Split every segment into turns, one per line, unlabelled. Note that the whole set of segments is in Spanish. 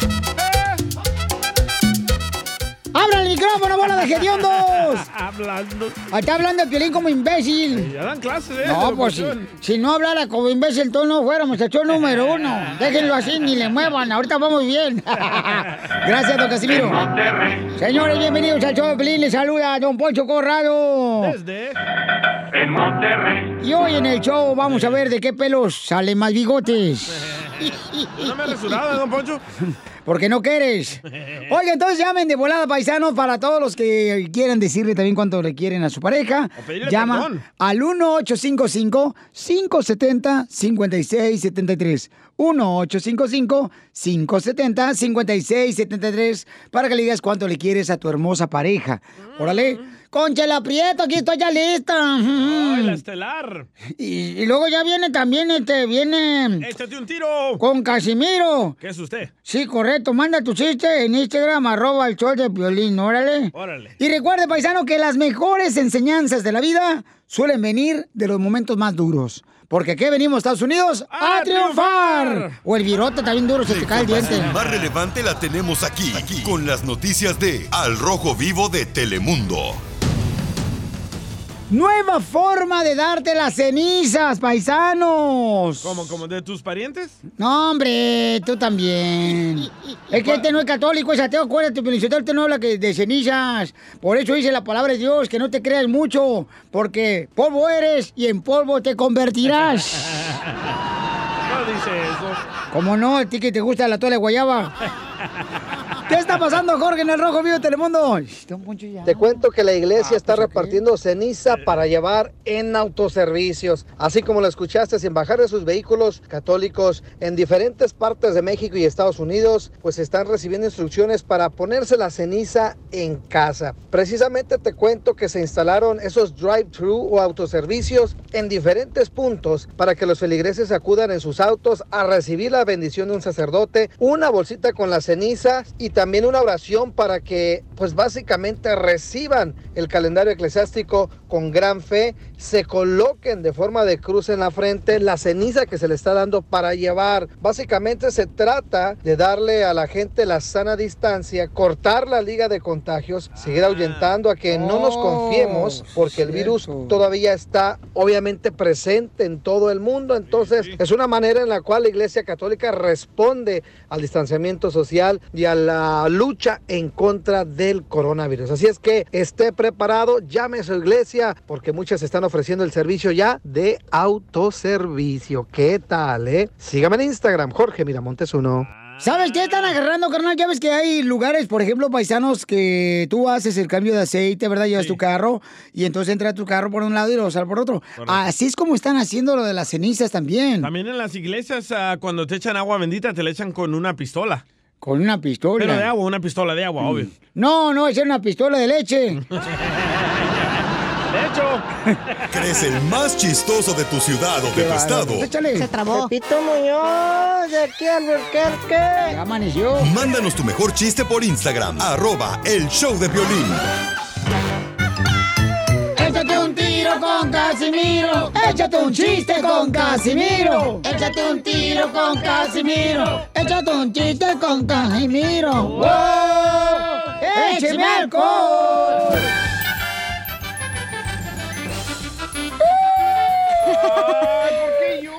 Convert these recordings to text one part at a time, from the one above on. hablando?
Está hablando el Piolín como imbécil.
Ya dan clases, ¿eh?
No,
de
pues si,
locución.
si no hablara como imbécil, todos no fuéramos el show número uno. Déjenlo así, ni le muevan. Ahorita vamos bien. Gracias, don Casimiro. Señores, bienvenidos al show de Piolín. Les saluda don Poncho Corrado.
Desde-
Y hoy en el show vamos a ver de qué pelos salen más bigotes.
¿No me ha rasurado, don Poncho?
Porque no quieres. Oiga, entonces llamen de volada paisano para todos los que quieran decirle también cuánto le quieren a su pareja.
O pedirle
Llama
perdón.
al 1-855-570-5673. 1-855-570-5673 para que le digas cuánto le quieres a tu hermosa pareja.
Mm.
Órale. Concha la Prieto, aquí estoy ya lista.
¡Ay, la
Ujú.
estelar!
Y, y luego ya viene también, este, viene
¡Échate un tiro!
con Casimiro.
¿Qué es usted?
Sí, correcto. Manda tu chiste en Instagram, arroba el show de violín, órale.
Órale.
Y recuerde, paisano, que las mejores enseñanzas de la vida suelen venir de los momentos más duros. Porque aquí venimos, Estados Unidos, a,
¡A
triunfar.
triunfar!
O el virote también duro se te cae el diente.
Más relevante la tenemos aquí, aquí, con las noticias de Al Rojo Vivo de Telemundo.
Nueva forma de darte las cenizas, paisanos.
¿Cómo, como de tus parientes?
No, hombre, tú también. Es que este no es católico, es ateo. Acuérdate, Felicitero, usted no habla que de cenizas. Por eso dice la palabra de Dios, que no te creas mucho, porque polvo eres y en polvo te convertirás.
No dice eso.
Como no, a ti que te gusta la tola de guayaba. ¿Qué está pasando, Jorge, en el Rojo Vivo de Telemundo? Shh, Don Poncho ya. Ah, pues,
Te cuento que la iglesia está repartiendo ceniza
Eh.
para llevar en autoservicios, así como lo escuchaste sin bajar de sus vehículos católicos en diferentes partes de México y Estados Unidos, pues están recibiendo instrucciones para ponerse la ceniza en casa. Precisamente te cuento que se instalaron esos drive-thru o autoservicios en diferentes puntos para que los feligreses acudan en sus autos a recibir la bendición de un sacerdote, una bolsita con la ceniza y también una oración para que pues básicamente reciban el calendario eclesiástico con gran fe, se coloquen de forma de cruz en la frente la ceniza que se le está dando para llevar. Básicamente se trata de darle a la gente la sana distancia, cortar la liga de contagios, seguir ahuyentando a que no nos confiemos
Oh,
porque el virus
cierto.
todavía está obviamente presente en todo el mundo. Entonces es una manera en la cual la Iglesia Católica responde al distanciamiento social y a la lucha en contra del coronavirus. Así es que esté preparado, llame a su iglesia porque muchas están ofreciendo el servicio ya de autoservicio. ¿Qué tal, eh? Sígame en Instagram, Jorge Miramontes uno.
¿Sabes qué están agarrando, carnal? Ya ves que hay lugares, por ejemplo, paisanos, que tú haces el cambio de aceite, ¿verdad? Llevas tu carro y entonces entra tu carro por un lado y lo sale por otro. Así es como están haciendo lo de las cenizas también.
También en las iglesias, ah, cuando te echan agua bendita, te la echan con una pistola.
Con una pistola. Mm.
Pero de agua, una pistola de agua, obvio.
No, no, es una pistola de leche.
De hecho,
¿Crees el más chistoso de tu ciudad o de tu estado?
Échale.
trabó.
Pepito Muñoz, de aquí al Albuquerque.
Ya amaneció.
Mándanos tu mejor chiste por Instagram, arroba el show de violín.
Échate un tiro con Casimiro. Échate un chiste con Casimiro. Échate un tiro con Casimiro. Échate un chiste con Casimiro. ¡Wow! ¡Écheme alcohol!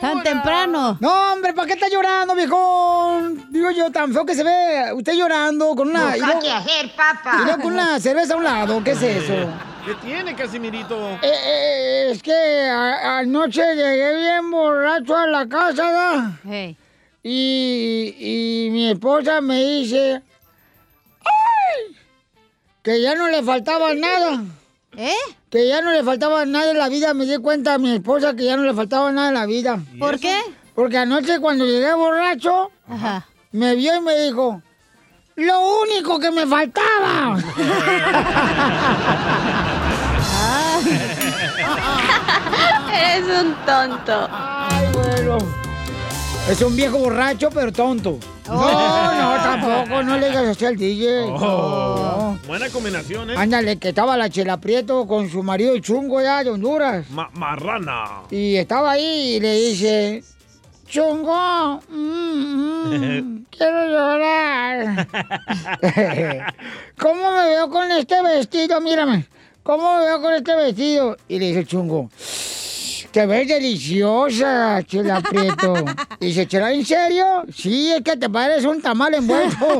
Tan temprano.
No, hombre, ¿para qué está llorando, viejón? Digo yo, tan feo que se ve. Usted llorando con una. y luego-
hacer,
y
papá?
luego con una cerveza a un lado. ¿Qué es eso?
Eh, ¿qué tiene, Casimirito?
Eh, eh, eh, es que a- anoche llegué bien borracho a la casa, ¿da?
Hey.
Y, y mi esposa me dice ¡Ay! que ya no le faltaba nada,
¿Eh?
que ya no le faltaba nada en la vida. Me di cuenta a mi esposa que ya no le faltaba nada en la vida.
¿Por qué?
Porque anoche cuando llegué borracho,
Ajá.
me vio y me dijo, lo único que me faltaba.
Eres un tonto.
Ay, bueno. Es un viejo borracho, pero tonto. No, no, tampoco, no le digas así al DJ.
Oh, Buena combinación,
No.
¿eh?
Ándale, que estaba la Chela Prieto con su marido el chungo ya de Honduras.
Ma- marrana.
Y estaba ahí y le dice, chungo, mm, mm, quiero llorar. ¿Cómo me veo con este vestido? Mírame. ¿cómo me veo con este vestido? Y le dice el chungo, te ves deliciosa, chela Prieto. Y dice, ¿chela en serio? Sí, es que te pareces un tamal envuelto.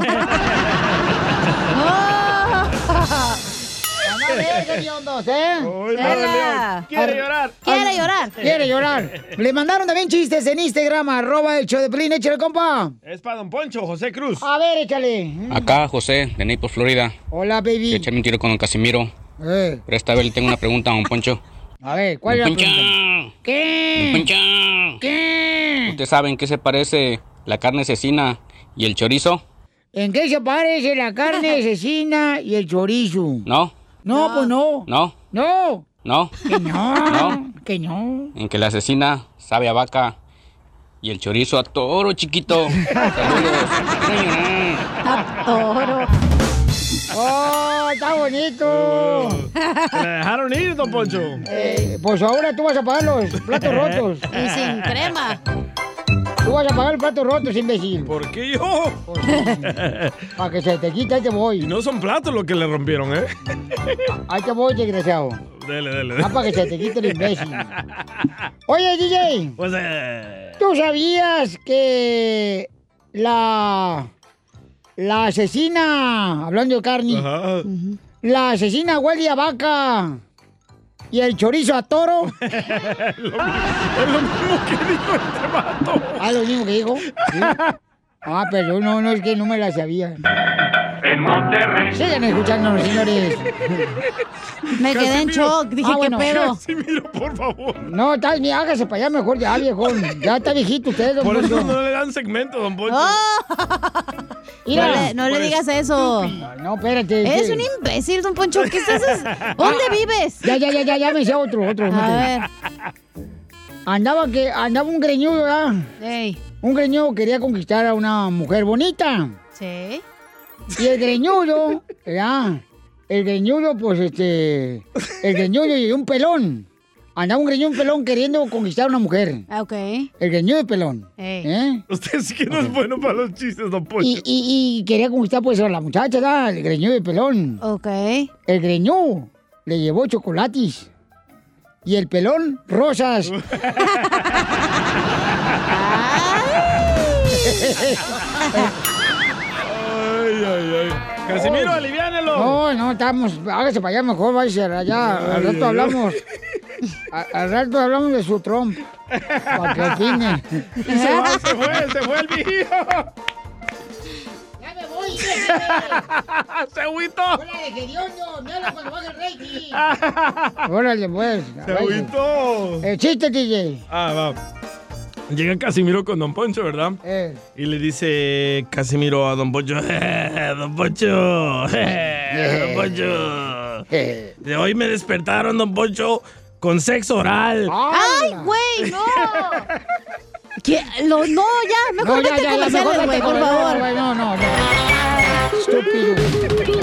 Chela. Quiere llorar. Quiere llorar.
¿eh? Quiere llorar. Le mandaron también chistes en Instagram, arroba el show de Plin, échale compa.
Es para Don Poncho, José Cruz.
A ver, échale.
Acá, José, de Naples, Florida.
Hola,
Quiero
baby.
echarme un tiro con don Casimiro.
Eh,
Pero esta vez le tengo una pregunta a don Poncho.
a ver, ¿cuál es la
Don Poncho,
pregunta? ¿Qué? ¿Qué?
¿Ustedes saben qué se parece la carne cecina y el chorizo?
¿En qué se parece la carne asesina y el chorizo?
¿No?
No, pues no.
¿No?
No.
¿No?
Que no.
No.
Que no.
En que la cecina sabe a vaca y el chorizo a toro, chiquito. Saludos.
¡Oh, está
Oh.
bonito!
Se la dejaron ir, Don Poncho.
Eh, pues ahora tú vas a pagar los platos rotos.
Y sin crema.
Tú vas a pagar los platos rotos, imbécil. Pues,
¿Por qué yo?
Para que se te quite, ahí te
Y
voy.
no son platos los que le rompieron, ¿eh?
Ahí te voy, desgraciado.
Dele, dele,
Ah,
dele.
para que se te quite el imbécil. Oye, DJ,
Pues, eh,
¿tú sabías que la... La asesina, hablando de carne,
ajá.
la asesina huele a vaca y el chorizo a toro?
Es lo mismo que dijo este vato.
Ah, lo mismo que dijo. Sí. Ah, pero no, no, es que no me la sabía. Sigan escuchándonos, señores.
Me quedé en shock. Dije,
Ah, bueno.
¿qué pedo?
Casimiro, por favor.
No, tal, ni hágase para allá mejor ya, viejón. Ya está viejito usted, don
Por
Poncho. Ah.
eso no le dan segmento, Don Poncho.
No
Mira.
le, no le
Por
digas eso.
No, espérate. Ah.
Eres
sí.
un imbécil, don Poncho. ¿Qué estás? haciendo? ¿Dónde vives?
Ya, ya, ya, ya, ya me sé otro, otro.
A
mete.
ver.
Andaba que, andaba un greñudo, ¿verdad?
Ey.
Un greñudo quería conquistar a una mujer bonita.
Sí.
Y el greñudo, ¿verdad? El greñudo, pues este. El greñudo y un pelón. Andaba un greñudo y un pelón queriendo conquistar a una mujer.
Ah, Ok.
El greñudo y el pelón.
Ey.
¿Eh?
Usted sí que no es bueno para los chistes, Don
Pues
Y,
Poncho.
y- y quería conquistar pues a la muchacha, ¿verdad? El greñudo y el pelón.
Ok.
El greñú le llevó chocolates. Y el pelón, rosas.
Ay, ay, ay. Casimiro, aliviánelo.
No, no, estamos. Hágase para allá mejor, váyase allá. Al rato hablamos. A- al rato hablamos de su Trump. Para que opine.
Y se va, se fue, se fue el vigío.
¡Ya me voy!
Se agüitó.
¡Hola, de Gediondo! ¡Míralo cuando baje el rating! Órale, pues. a
Se
ver.
agüitó.
El chiste, DJ.
Ah, va. Llega Casimiro con Don Poncho, ¿verdad?
Eh,
Y le dice Casimiro a Don Poncho, "Eh, Don Poncho, eh, Don Poncho.
eh.
De hoy me despertaron, Don Poncho, con sexo oral.
Ah,
Ah,
¡Ay,
¡Hala!
güey! ¡No! ¿Qué? Lo- no, ya. Mejor
No, ya,
vete
ya, ya,
comerciales,
mejor
güey,
vete
por
con-
favor.
No, no, no. Estúpido.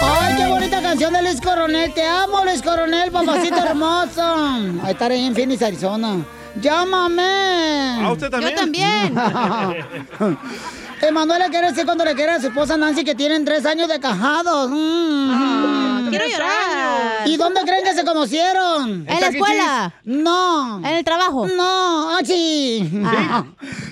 Ay, qué bonita canción de Luis Coronel. Te amo, Luis Coronel, papacito hermoso. A estar ahí en Phoenix, Arizona.
¿A
Llámame.
Ah, usted
Yo
también?
también.
Emanuela quiere decir cuando le quiere a su esposa Nancy que tienen tres años de cajados. Mm.
Quiero llorar.
¿Y dónde creen que se conocieron?
¿En la escuela?
No.
En el trabajo. Ah.
No, sí.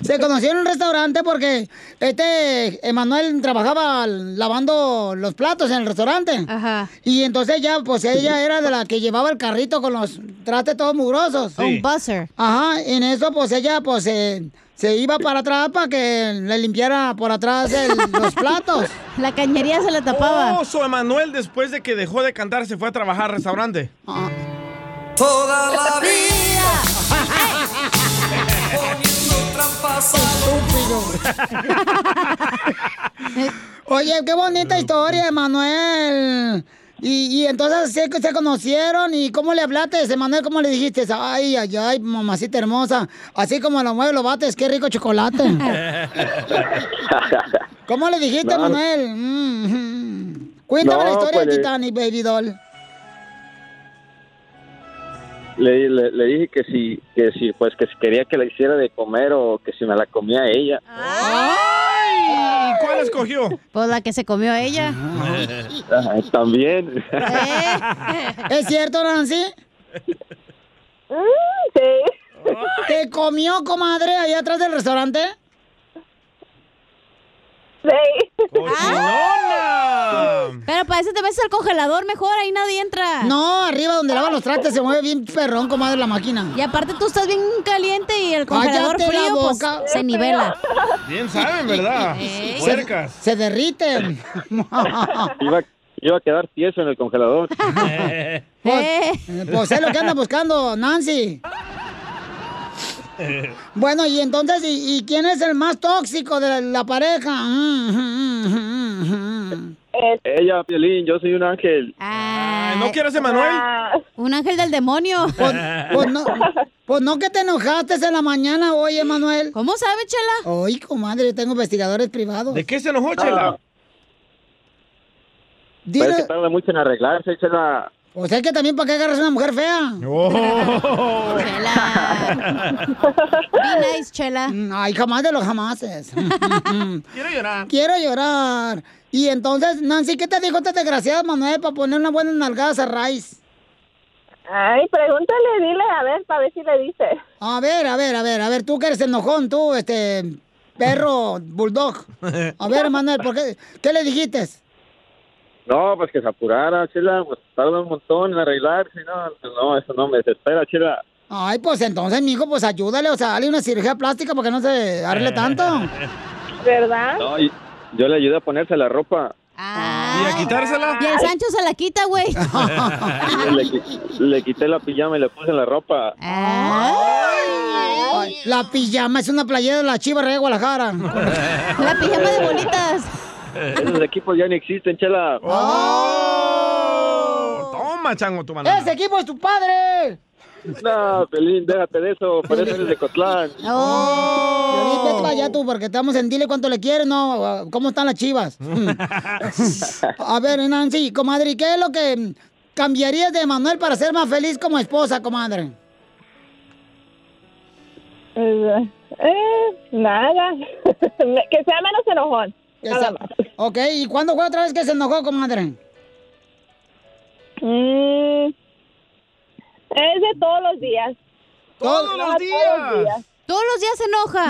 Se conocieron en un restaurante porque este Emanuel trabajaba lavando los platos en el restaurante.
Ajá.
Y entonces ya, pues ella era de la que llevaba el carrito con los trastes todos mugrosos.
Un buzzer.
Ajá, en eso pues ella pues eh, se iba para atrás para que le limpiara por atrás el- los platos.
La cañería se la tapaba.
Oso Oh, Emanuel, después de que dejó de cantar, se fue a trabajar al restaurante.
Ah.
Toda la vida. Poniendo trampas
Estúpido. Oye, qué bonita historia, Manuel. Y, y entonces se, se conocieron y cómo le hablaste, Manuel, cómo le dijiste, ay, ay, ay, mamacita hermosa, así como lo mueve, lo bates, qué rico chocolate. ¿Cómo le dijiste,
No.
Manuel? Mm, mm. Cuéntame la
No,
historia de
pues, eh.
Titanic, baby doll.
Le, le- le dije que si, que si, pues que si quería que la hiciera de comer o que si me la comía ella.
Ah.
¡Ay!
¿Cuál escogió?
Pues la que se comió ella.
Ah, También.
¿Es cierto, Nancy? Sí. ¿Te comió, comadre, allá atrás del restaurante?
Sí.
Pero para eso te ves al congelador mejor, ahí nadie entra.
No, arriba donde lavan los trastes se mueve bien perrón, comadre, la máquina.
Y aparte tú estás bien caliente y el congelador
Cállate la
frío pues,
boca.
se nivela.
Bien saben, ¿verdad?
Ey.
Puercas.
Se derriten.
Iba, iba a quedar tieso en el congelador.
Pues, pues es lo que anda buscando, Nancy. Bueno, y entonces, ¿y, y quién es el más tóxico de la, la pareja? Mm,
Eh, ella, Piolín, yo soy un ángel.
Ah, ¿No quieres Emanuel?
Ah. Un ángel del demonio.
Pues, pues no, pues no que te enojaste en la mañana hoy, Emanuel.
¿Cómo sabe, Chela?
Hoy, comadre, yo tengo investigadores privados.
¿De qué se enojó,
Ah.
Chela?
Pero es Pues que tarda mucho en arreglarse, échela.
O sea que también para qué agarras una mujer fea.
Oh.
Be nice, Chela.
Ay, jamás de los jamases.
Quiero llorar.
Quiero llorar. Y entonces, Nancy, ¿qué te dijo este desgraciado Manuel para poner una buena nalgada a Raiz?
Ay, pregúntale, dile, a ver, para ver si le dice.
A ver, a ver, a ver, a ver, tú que eres enojón, tú, este perro bulldog. A ver, Manuel, ¿por qué, ¿qué le dijiste?
No, pues que se apurara, chela, pues tarda un montón en arreglarse, no, no, eso no me desespera, chela.
Ay, pues entonces, mijo, pues ayúdale, o sea, dale una cirugía plástica para que no se arregle tanto.
¿Ah?
¿Verdad?
No, y- yo le ayudé a ponerse la ropa.
¿Y a quitársela?
Y el Sancho se la quita, güey.
Le, qui- le quité la pijama y le puse la ropa.
Ay, la pijama es una playera de la Chiva Rey de Guadalajara. La
pijama de bolitas.
Esos equipos ya ni existen, chela.
¡Oh!
Oh.
Toma, chango, tu banana.
¡Ese equipo es tu padre!
No, Pelín, Ah, déjate de eso, por eso eres de Cotlán.
Oh. Vete para allá tú, porque estamos en dile cuánto le quieres, ¿no? ¿Cómo están las chivas? A ver, Nancy, comadre, ¿qué es lo que cambiarías de Manuel para ser más feliz como esposa, comadre?
Eh, eh, nada. que sea menos enojón. Nada
Esa-
más.
Ok, ¿y cuándo fue otra vez que se enojó, comadre?
Mm, es de todos los días.
¿Todos
No, Todos los días.
Todos los días se enoja.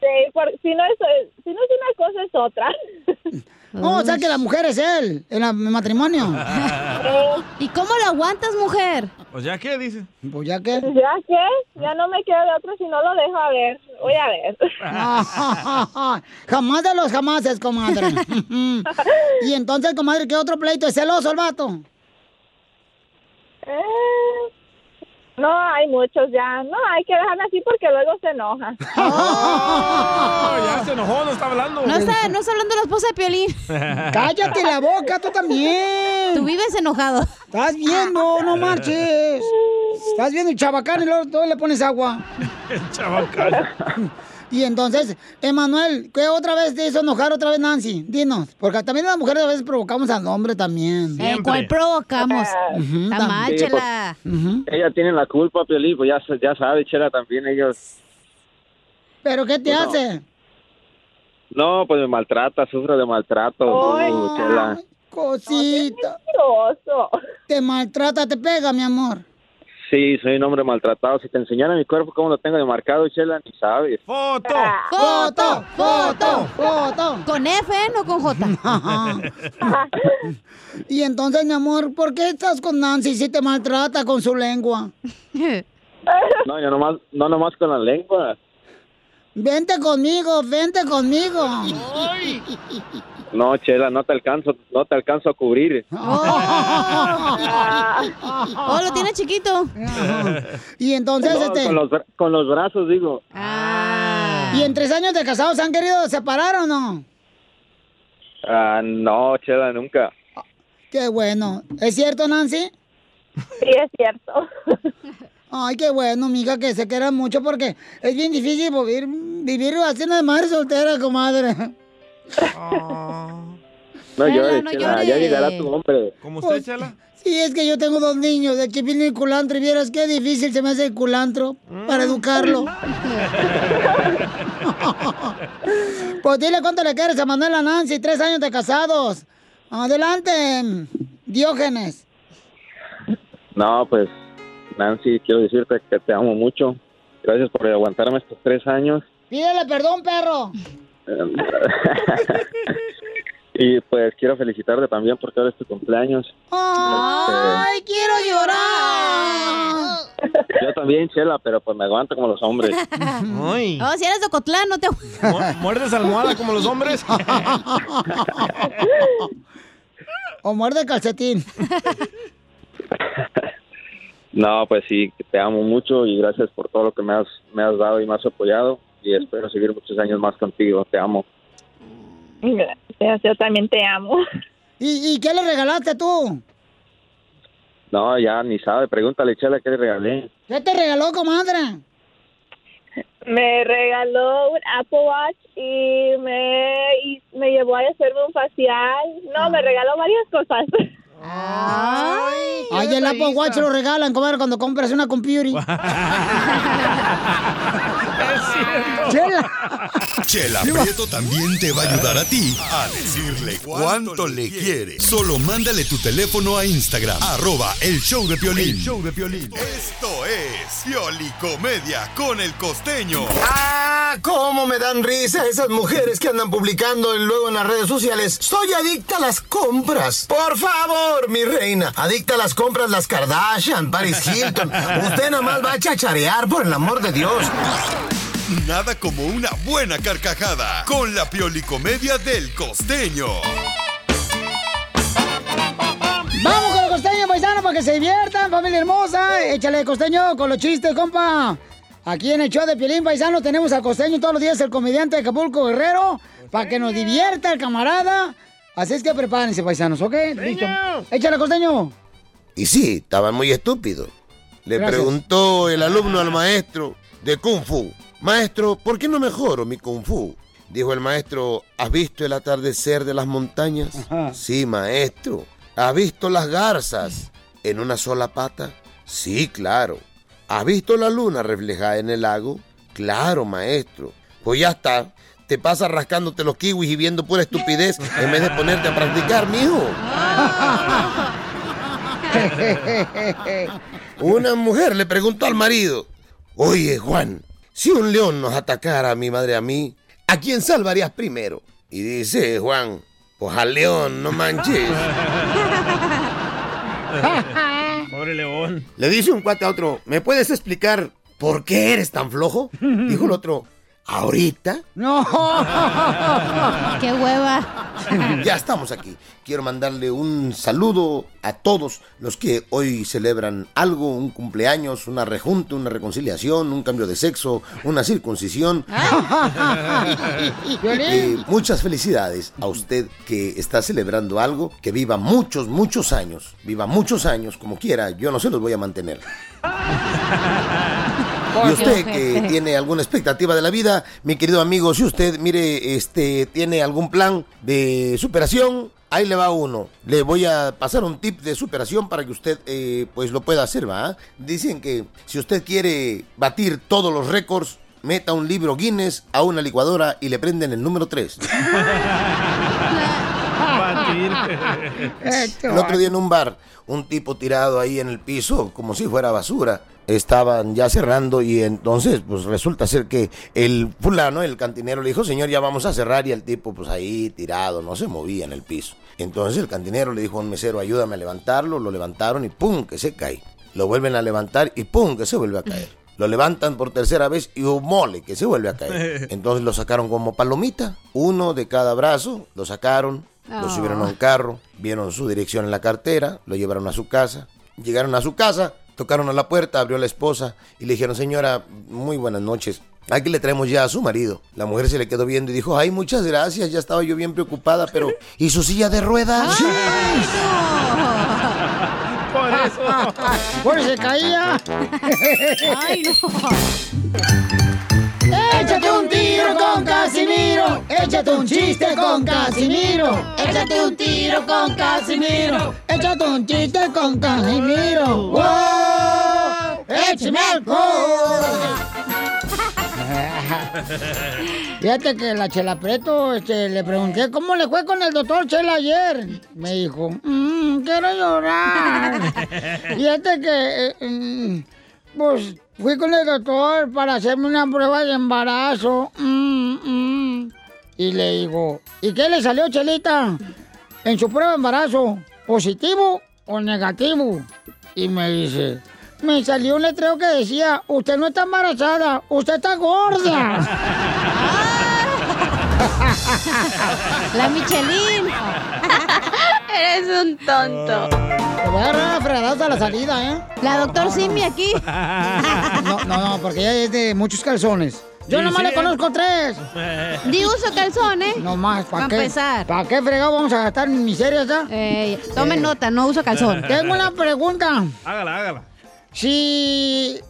Sí, por- si, no es, eh, si no es una cosa, es otra.
No, Oh, o sea que la mujer es él, en la- en el matrimonio.
Eh,
¿Y cómo lo aguantas, mujer?
Pues ya qué, dice.
Pues ya que.
¿Ya qué? Ya no me quedo de otro si no lo dejo a ver. Voy a ver.
jamás de los jamases, comadre. y entonces, comadre, ¿qué otro pleito? ¿Es celoso el vato?
Eh, no, hay muchos ya. No, hay que dejarme así porque luego se enoja.
No, ya se enojó, no está hablando.
No está, no está hablando la esposa de Piolín.
Cállate la boca, tú también.
Tú vives enojado.
Estás viendo, no marches. Estás viendo el chabacán y luego todo le pones agua.
El chaval
Y entonces, Emanuel, ¿qué otra vez te hizo enojar otra vez Nancy? Dinos, porque también las mujeres a veces provocamos al hombre también.
Eh, ¿Cuál provocamos? Está mal,
Sí, pues.
Chela.
Ella tiene la culpa, Piolín, pues ya, ya sabe, chela, también ellos.
¿Pero qué te
Pues no.
hace?
No, pues me maltrata, sufro de maltrato. Uh, chela.
Cosita. Te maltrata, te pega, mi amor.
Sí, soy un hombre maltratado. Si te enseñara mi cuerpo cómo lo tengo de marcado, chela, ni sabes.
¡Foto!
¡Foto! ¡Foto! ¡Foto!
¿Con F, no con J?
Y entonces, mi amor, ¿por qué estás con Nancy si te maltrata con su lengua?
No, yo nomás, no nomás con la lengua.
Vente conmigo, vente conmigo.
Ah.
No, chela, no te alcanzo, no te alcanzo a cubrir.
Oh, lo tiene chiquito.
Y entonces,
No,
este.
con, los, bra- con los brazos, digo.
¿Y en tres años de casados se han querido separar o no?
Ah, no, Chela, nunca.
Qué bueno. ¿Es cierto, Nancy?
Sí, es cierto.
Ay, qué bueno, mija, que se quieran mucho porque es bien difícil vivir, vivir haciendo de madre soltera, comadre.
No
Chela,
llores,
no
Chela, ya
llores.
llegará tu hombre.
¿Cómo
Pues, Sí, es que yo tengo dos niños, de Chipilín y Culantro, y vieras qué difícil se me hace el culantro para educarlo. pues dile cuánto le quieres a Manuela Nancy, tres años de casados. Adelante, Diógenes.
No, pues, Nancy, quiero decirte que te amo mucho. Gracias por aguantarme estos tres años.
Pídele perdón, perro.
Em, y pues quiero felicitarte también porque ahora es tu cumpleaños.
¡Ay, quiero Ah.
Oh,
llorar!
Este, Yo también, Chela, pero pues me aguanto como los hombres.
Ay.
Oh, si eres de Cotlán, no te...
¿Muerdes almohada como los hombres?
o muerde calcetín.
No, pues sí, que te amo mucho y gracias por todo lo que me has, me has dado y me has apoyado. Y espero seguir muchos años más contigo. Te amo.
Gracias, yo también te amo.
¿Y, y qué le regalaste tú?
No, ya ni sabe. Pregúntale, Chela, ¿qué le regalé?
¿Qué te regaló, comadre?
Me regaló un Apple Watch y me, y me llevó a hacerme un facial. No, me regaló varias cosas.
Ay, el Apple Watch lo regalan, comadre, cuando compras una computer. Chela.
Chela Prieto también te va a ayudar a ti a decirle cuánto le quiere. Solo mándale tu teléfono a Instagram, arroba el show de Piolín.
El
show de Piolín. Esto es Piolicomedia con el costeño.
¡Ah! ¿Cómo me dan risa esas mujeres que andan publicando y luego en las redes sociales? Soy adicta a las compras. Por favor, mi reina. Adicta a las compras las Kardashian, Paris Hilton. Usted nomás va a chacharear, por el amor de Dios.
Nada como una buena carcajada con la Piolicomedia del costeño.
Vamos con el costeño, paisano, para que se diviertan, familia hermosa. Échale costeño con los chistes, compa. Aquí en el show de Piolín Paisano tenemos al costeño todos los días, el comediante de Acapulco Guerrero, para que nos divierta el camarada. Así es que prepárense, paisanos, ¿ok? Listo. Échale costeño.
Y sí, estaba muy estúpido. Le
Gracias.
preguntó el alumno al maestro de Kung Fu. Maestro, ¿por qué no mejoro mi Kung Fu? Dijo el maestro, ¿has visto el atardecer de las montañas? Sí, maestro. ¿Has visto las garzas en una sola pata? Sí, claro. ¿Has visto la luna reflejada en el lago? Claro, maestro. Pues ya está. Te pasas rascándote los kiwis y viendo pura estupidez en vez de ponerte a practicar, mijo.
Ah.
Una mujer le preguntó al marido, oye Juan, si un león nos atacara a mi madre a mí, ¿a quién salvarías primero? Y dice Juan, pues al león, no manches.
Pobre león.
Le dice un cuate a otro, ¿me puedes explicar por qué eres tan flojo? Dijo el otro, ahorita
No.
Qué hueva.
ya estamos aquí. Quiero mandarle un saludo a todos los que hoy celebran algo, un cumpleaños, una rejunta, una reconciliación, un cambio de sexo, una circuncisión. Eh, muchas felicidades a usted que está celebrando algo, que viva muchos, muchos años. Viva muchos años, como quiera, yo no se los voy a mantener. Y usted que tiene alguna expectativa de la vida, mi querido amigo, si usted, mire, este, tiene algún plan de superación, ahí le va uno. Le voy a pasar un tip de superación para que usted, eh, pues, lo pueda hacer, ¿va? Dicen que si usted quiere batir todos los récords, meta un libro Guinness a una licuadora y le prenden el número 3. El otro día en un bar, un tipo tirado ahí en el piso, como si fuera basura. Estaban ya cerrando y entonces, pues resulta ser que el fulano, el cantinero, le dijo, señor, ya vamos a cerrar. Y el tipo, pues ahí tirado, no se movía en el piso. Entonces el cantinero le dijo a un mesero, ayúdame a levantarlo. Lo levantaron y pum, que se cae. Lo vuelven a levantar y pum, que se vuelve a caer. Lo levantan por tercera vez y un mole, que se vuelve a caer. Entonces lo sacaron como palomita, uno de cada brazo, lo sacaron, lo
Ah.
Oh.
subieron a un carro, vieron su dirección en la cartera, lo llevaron a su casa. Llegaron a su casa, tocaron a la puerta, abrió la esposa y le dijeron, señora, muy buenas noches. Aquí le traemos ya a su marido. La mujer se le quedó viendo y dijo, ay, muchas gracias, ya estaba yo bien preocupada, pero... ¿Y su silla de ruedas?
Ah. Por eso. Por eso se caía.
Ay,
Échate un tiro con Casimiro. Échate un chiste con Casimiro. Échate un tiro con Casimiro. Échate un chiste con Casimiro. ¡Wow! ¡Échame alcohol! Fíjate que la Chela Preto, este, le pregunté cómo le fue con el doctor Chela ayer. Me dijo, "Mm, quiero llorar. Fíjate que, eh, mm, pues, fui con el doctor para hacerme una prueba de embarazo. Mm, mm. Y le digo, ¿y qué le salió, Chelita? En su prueba de embarazo, ¿positivo o negativo? Y me dice, me salió un letrero que decía, usted no está embarazada, usted está gorda. La Michelin.
Eres un tonto.
Te voy a agarrar a fregadas a la salida, ¿eh? La doctor Simi aquí. No, no, no, porque ella es de muchos calzones. Yo
Sí,
nomás
sí,
le
¿eh?
conozco tres.
Ni
uso calzón, ¿eh? No más,
Va
¿para
a
qué?
empezar.
¿Para qué fregado vamos a gastar en miserias ya?
tomen nota, no uso calzón.
Tengo una pregunta.
Hágala, hágala.
Si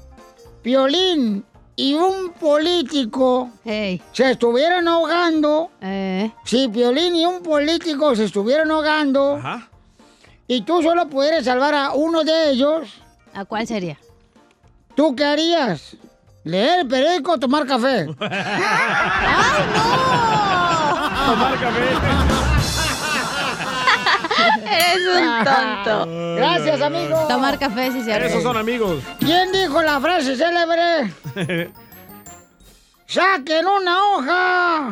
Piolín y un político se estuvieran ahogando, si Piolín y un político se estuvieran ahogando, y tú solo pudieras salvar a uno de ellos, ¿a cuál sería? ¿Tú qué harías? ¿Leer el periódico o tomar café?
¡Ay, no! Tomar
Eres un tonto.
Gracias, amigo.
Tomar café, sí, se
Esos son
amigos.
¿Quién dijo la frase célebre? ¡Saquen una hoja!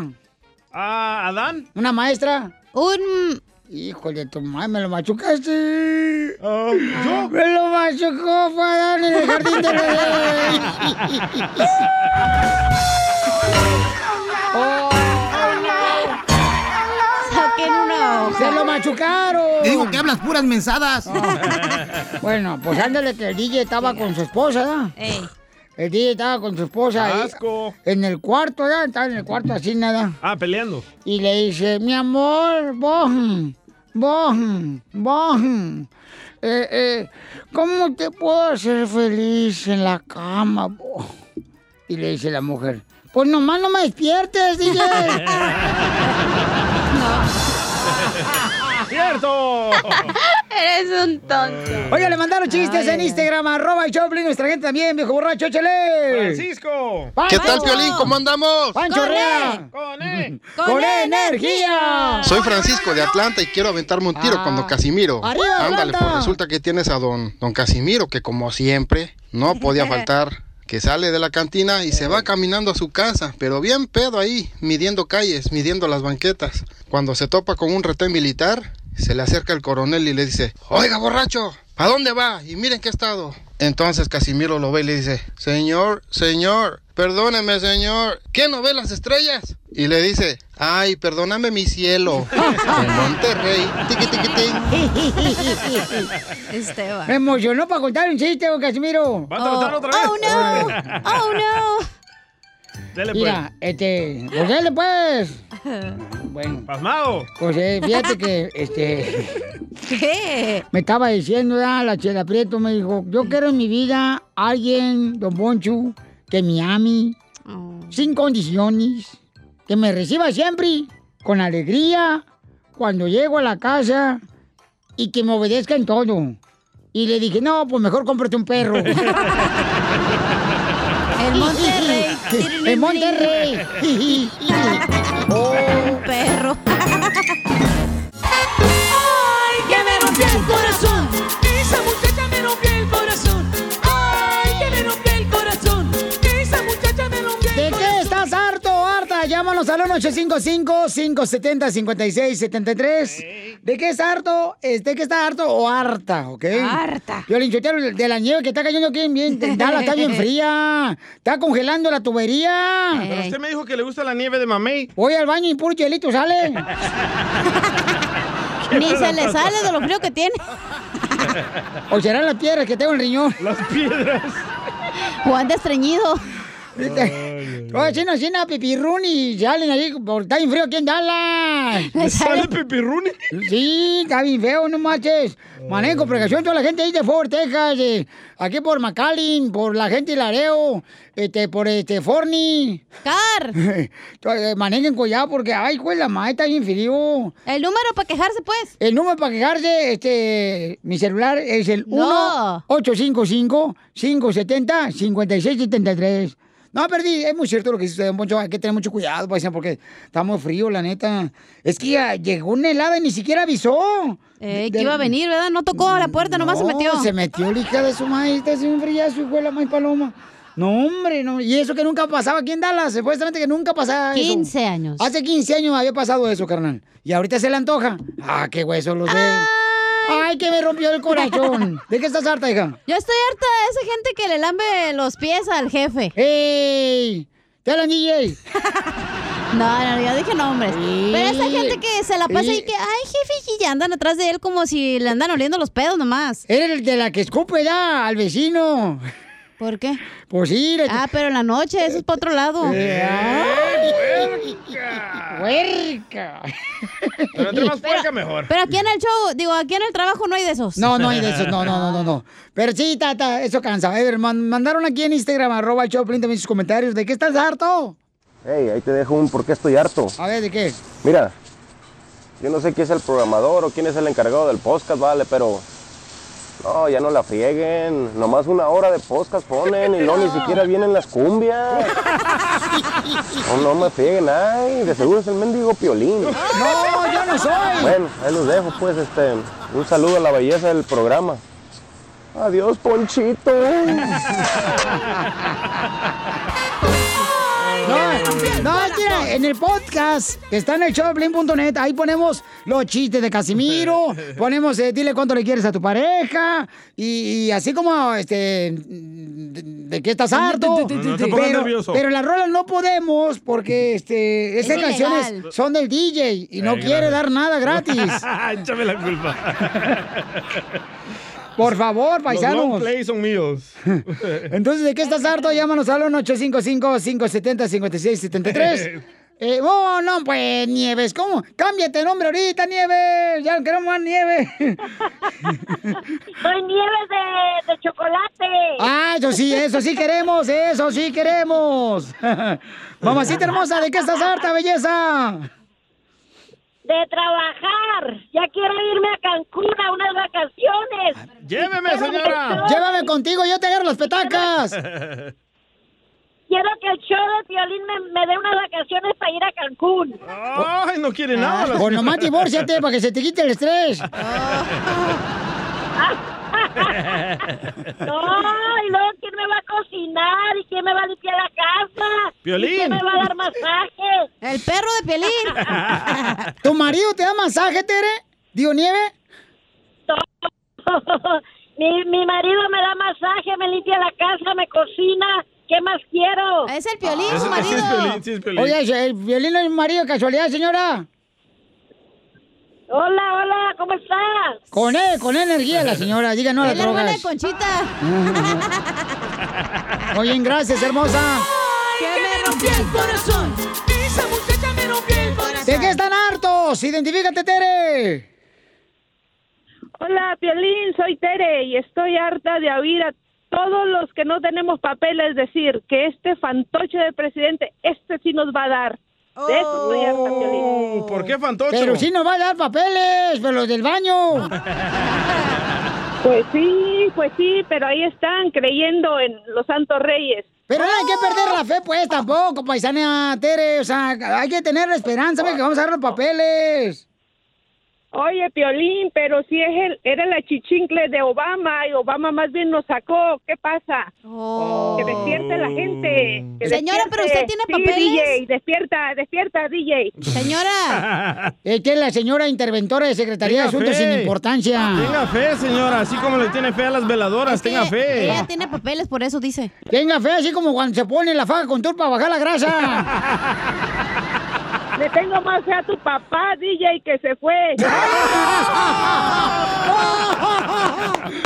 Ah, ¿Adán? ¿Una maestra? Un... Híjole, tu madre, me lo machucaste. Ah, ¿Yo? Me lo machucó, fue Adán en el jardín de la
Saquen una hoja.
¡Se lo machucaron!
Te digo que hablas puras mensadas.
Bueno, pues ándale que el DJ estaba con su esposa, ¿verdad? El DJ estaba con su esposa. ahí En el cuarto, ¿verdad? Estaba en el cuarto así nada.
Ah, peleando.
Y le dice, mi amor, vos, vos, vos, eh, eh, ¿cómo te puedo hacer feliz en la cama, vos? Y le dice la mujer, pues nomás no me despiertes, DJ.
¡Cierto!
Eres un tonto.
Eh.
Oye, le mandaron chistes en Instagram, arroba y Choplin, nuestra gente también, viejo borracho, échale.
¡Francisco!
¿Qué tal,
Piolín? ¿Cómo andamos?
¡Pancho
¡Con
Rea!
E.
¡Con,
E. energía! Ah.
Soy Francisco de Atlanta y quiero aventarme un tiro con Don Casimiro.
¡Arriba,
Ándale,
Atlanta!
pues resulta que tienes a Don, don Casimiro que como siempre no podía faltar. Que sale de la cantina y se va caminando a su casa, pero bien pedo ahí, midiendo calles, midiendo las banquetas. Cuando se topa con un retén militar, se le acerca el coronel y le dice, oiga borracho, ¿a dónde va? Y miren qué estado. Entonces Casimiro lo ve y le dice, Señor, señor, perdóneme, señor, ¿qué no ve las estrellas? Y le dice, ay, perdóname mi cielo, en Monterrey. Este Tiqui, tiqui, tin.
Me
Esteban.
emocionó para contar un chiste, don Casimiro.
¿Va a tratar otra vez? Oh, no.
Oh, no.
Dele, pues.
Mira, este, pues dale, pues. Bueno.
¡Pasmado!
José, fíjate que, este...
¿Qué?
Me estaba diciendo, ah, la Chela Prieto me dijo, yo quiero en mi vida a alguien, don Bonchu, que me ame, sin condiciones, que me reciba siempre, con alegría, cuando llego a la casa y que me obedezca en todo. Y le dije, no, pues mejor cómprate un perro.
El Monterrey.
El Monterrey. Oh. Un
perro.
Ay, que me rompió el corazón. Esa muchacha me rompió el corazón. Ay, que me rompió el corazón. Esa muchacha me rompió
¿De qué estás harto o harta? Llámanos al 1-855-570-5673. ¿De qué estás harto? Es- ¿De qué estás harto o harta? ¿Ok?
Harta.
Yo le de la nieve que está cayendo aquí en bien. en Dallas está bien fría. Está congelando la tubería.
Pero usted me dijo que le gusta la nieve de mamey.
Voy al baño y puro hielito sale.
Ni se le sale de
lo frío que tiene. O serán las piedras que tengo en el riñón. Las piedras.
Juan de estreñido.
Te, Oye, chino, chino, pipirruni, salen ahí, porque está bien frío aquí en Dallas.
¿Le sale
pipirruni? Sí, está bien feo, no marches. Manejo, precaución, toda la gente ahí de Fort Texas, eh, aquí por McAllen, por la gente de Lareo, este, por este, Forni. ¡Car! Manejen cuidado porque, ay, pues la madre está bien frío. ¿El número para quejarse, pues? El número para quejarse, este, mi celular es el
No.
1-855-570-5673. No, perdí, es muy cierto lo que dice usted, don Poncho, hay que tener mucho cuidado, paisano, porque está muy frío, la neta. Es que ya llegó una helada y ni siquiera avisó.
Eh, que iba a venir, ¿verdad? No tocó a la puerta, nomás se metió.
se metió la hija de su maíz, está haciendo un frillazo, hijo de la maíz paloma. No, hombre, no. Y eso que nunca pasaba aquí en Dallas, supuestamente que nunca pasaba
15
eso.
años.
Hace 15 años había pasado eso, carnal. Y ahorita se le antoja. Ah, qué hueso, lo sé. Ay, que me rompió el corazón. ¿De qué estás harta, hija?
Yo estoy harta de esa gente que le lambe los pies al jefe.
¡Ey! ¡Te hablan, DJ!
No, no, yo dije nombres. Pero esa gente que se la pasa y que, ay, jefe, y ya andan atrás de él como si le andan oliendo los pedos nomás.
Eres el de la que escupe ya al vecino.
¿Por qué?
Pues sí. Eh, ah,
Ah, pero en la noche, eso es para otro lado.
¡Puerca!
Pero entre más puerca, mejor.
Pero aquí en el show, digo, aquí en el trabajo no hay de esos.
No, no hay de esos, no, no, no, no, no. Pero sí, tata, eso cansa. A ver, man- mandaron aquí en Instagram, arroba el Choplin, también sus comentarios. ¿De qué estás harto?
Hey, ahí te dejo un por qué estoy harto.
A ver, ¿de qué?
Mira, yo no sé quién es el programador o quién es el encargado del podcast, vale, pero. No, ya no la frieguen. Nomás una hora de podcast ponen y no ni siquiera vienen las cumbias. No, no me frieguen, ay, de seguro es el mendigo piolín.
No, yo no soy.
Bueno, ahí los dejo, pues, este. Un saludo a la belleza del programa. Adiós, Ponchito.
No, no, mira, en el podcast que está en el showplane.net, ahí ponemos los chistes de Casimiro, ponemos, eh, dile cuánto le quieres a tu pareja, y, y así como, este, mm, de, de qué estás harto.
No, no te pongas
pero,
nervioso.
pero las rolas no podemos porque, este, esas
Es
canciones
ilegal.
son del DJ y no
Eh,
quiere
gracias. Ah,
dar nada gratis.
Échame la culpa.
Por favor,
Los long
paisanos.
plays son míos.
Entonces, ¿de qué estás harto? Llámanos al 1-855-570-5673. Eh, oh, no, pues, Nieves, ¿cómo? Cámbiate el nombre ahorita, Nieves. Ya no queremos más nieve.
Soy nieve de, de chocolate.
ah, eso sí, eso sí queremos, eso sí queremos. Mamacita hermosa, ¿de qué estás harta, belleza?
De trabajar. Ya quiero irme a Cancún a unas vacaciones.
Lléveme,
Quiero que
señora.
el show-
Llévame contigo, yo te agarro las petacas.
Quiero que el show de violín me, me dé unas vacaciones para ir a Cancún.
Ay, no quiere nada. la
Con nomás
señora.
Ah, divórciate para que se te quite el estrés.
No, y luego quién me va a cocinar y quién me va a limpiar la casa. ¿Y
Piolín.
¿Quién me va a dar masaje?
El perro de Pelín.
¿Tu marido te da masaje, Tere? ¿Dio nieve?
mi, mi marido me da masaje, me limpia la casa, me cocina. ¿Qué más quiero?
Es el Piolín,
su Ah, ese- ese es marido. Piolín, sí es Piolín.
Oye, ¿el violín no es marido de casualidad, señora?
Hola, hola, ¿cómo estás?
Con él, con energía la señora, diga no a las
Es la hermana
drogas.
de Conchita.
Muy bien, gracias, hermosa.
Que me rompió el corazón. Esa muchacha me rompió el corazón.
¿De qué están hartos? Identifícate, Tere.
Hola, Piolín, soy Tere y estoy harta de oír a todos los que no tenemos papeles decir que este fantoche del presidente, este sí nos va a dar. De eso estoy harta, Piolín.
Oh, ¿Por qué fantocho?
Oh. Pero sí nos va a dar papeles, pero los del baño.
Pues sí, pues sí, pero ahí están creyendo en los santos reyes.
Pero no hay que perder la fe, pues, tampoco, paisana Tere. O sea, hay que tener la esperanza de que vamos a dar los papeles.
Oye, Piolín, pero si es el, era la chichincle de Obama y Obama más bien nos sacó, ¿qué pasa?
Oh.
Que despierte la gente. que
Señora, pero usted
despierte.
tiene
Sí,
papeles.
DJ, despierta, despierta, DJ.
Señora.
Es que es la señora interventora de Secretaría de
Tenga
Asuntos
fe.
sin importancia.
Tenga fe, señora. Así como le tiene fe a las veladoras, tenga fe.
Ella tiene papeles, por eso dice.
Tenga fe, así como cuando se pone la faja con turpa para bajar la grasa.
Le tengo más fe a tu papá, DJ, que se fue.
Ah,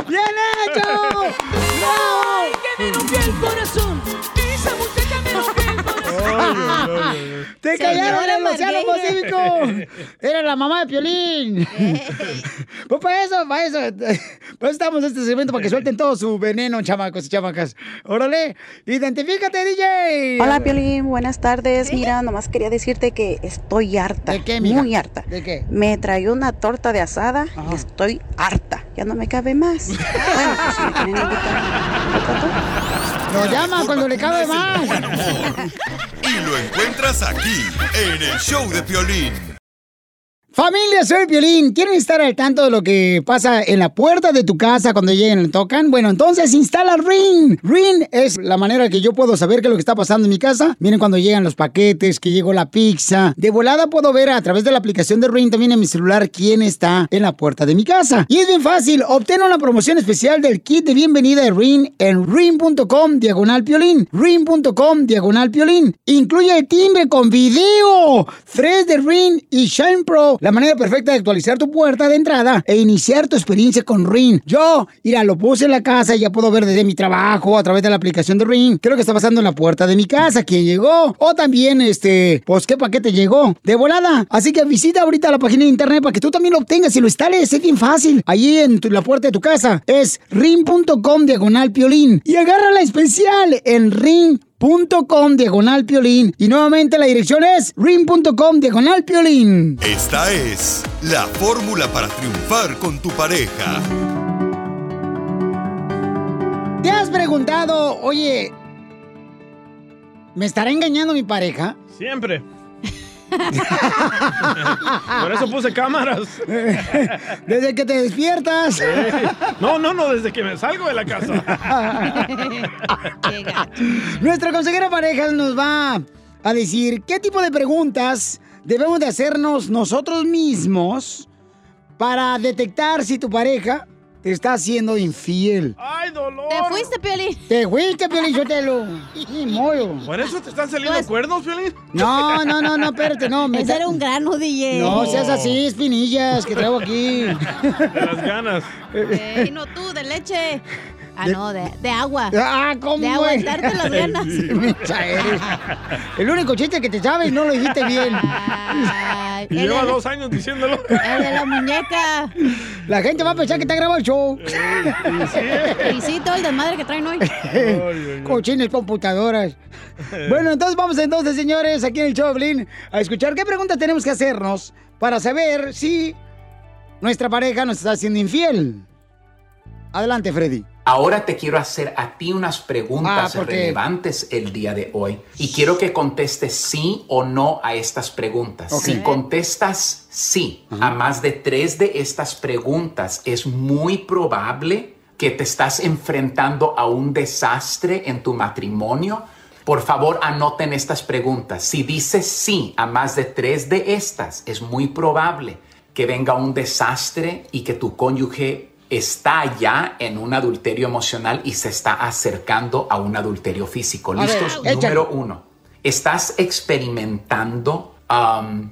¡Bien hecho!
¡Bravo! que me rompió el corazón. Esa muchacha me rompió el corazón.
¡Se callaron en el Océano Pacífico! Era la mamá de Piolín. pues para eso, para eso, para eso estamos en este segmento, para que suelten todo su veneno, chamacos y chamacas. Órale, identifícate, DJ.
Hola Piolín, buenas tardes. Mira, nomás quería decirte que estoy harta.
mija?
Muy harta.
¿De qué?
Me trayó una torta de asada y estoy harta. Ya no me cabe más. Bueno, pues si me quieren invitar,
Nos llama cuando le cabe más.
Y lo encuentras aquí, en el show de Piolín.
Familia, soy Violín. ¿Quieren estar al tanto de lo que pasa en la puerta de tu casa cuando lleguen y tocan? Bueno, entonces instala Ring. Ring es la manera que yo puedo saber qué es lo que está pasando en mi casa. Miren cuando llegan los paquetes, que llegó la pizza. De volada puedo ver a través de la aplicación de Ring también en mi celular quién está en la puerta de mi casa. Y es bien fácil. Obtén una promoción especial del kit de bienvenida de Ring en ring.com diagonal piolín. Ring.com diagonal piolín. Incluye el timbre con video. 3 de Ring y Shine Pro. La manera perfecta de actualizar tu puerta de entrada e iniciar tu experiencia con Ring. Yo, mira, lo puse en la casa y ya puedo ver desde mi trabajo a través de la aplicación de Ring. Creo que está pasando en la puerta de mi casa, quién llegó. O también, este, pues qué paquete llegó. De volada. Así que visita ahorita la página de internet para que tú también lo obtengas y lo instales. Es bien fácil. Allí en tu- la puerta de tu casa es ring.com diagonal piolín. Y agarra la especial en ring.com diagonal piolín. Y nuevamente la dirección es ring.com diagonal piolín.
Esta es la fórmula para triunfar con tu pareja.
¿Te has preguntado, oye, ¿me estará engañando mi pareja?
Siempre. Por eso puse cámaras.
Desde que te despiertas.
No, no, no, desde que me salgo de la casa.
Nuestra consejera parejas nos va a decir qué tipo de preguntas debemos de hacernos nosotros mismos para detectar si tu pareja te está haciendo infiel.
¡Ay, dolor!
Te fuiste, Piolín.
Te fuiste, Piolín Sotelo. Ni modo.
¿Por eso te están saliendo
Pues,
cuernos, Piolín?
No, no, no, no, espérate, no. me
Ese
está-
era un grano, DJ.
No seas así, espinillas, que traigo aquí.
De las ganas.
Ey, Eh, no tú, de leche. Ah,
De-
no, de, de agua.
Ah, ¿cómo?
De
güey?
aguantarte las ganas.
Sí, mensa eres. El único chiste que te sabes no lo dijiste bien.
Y lleva dos años diciéndolo.
Ah, El de la muñeca.
La gente va a pensar que te ha grabado el show.
Y sí, todo el desmadre que traen hoy.
Cochines, computadoras. Bueno, entonces vamos entonces, señores, aquí en el Choblin, a escuchar qué preguntas tenemos que hacernos para saber si nuestra pareja nos está haciendo infiel. Adelante, Freddy.
Ahora te quiero hacer a ti unas preguntas
Ah, porque-
relevantes el día de hoy y quiero que contestes sí o no a estas preguntas.
Ok.
Si contestas sí a más de tres de estas preguntas, es muy probable que te estás enfrentando a un desastre en tu matrimonio. Por favor, anoten estas preguntas. Si dices sí a más de tres de estas, es muy probable que venga un desastre y que tu cónyuge está ya en un adulterio emocional y se está acercando a un adulterio físico.
A ver,
¿Listos?
échale.
Número uno. ¿Estás experimentando um,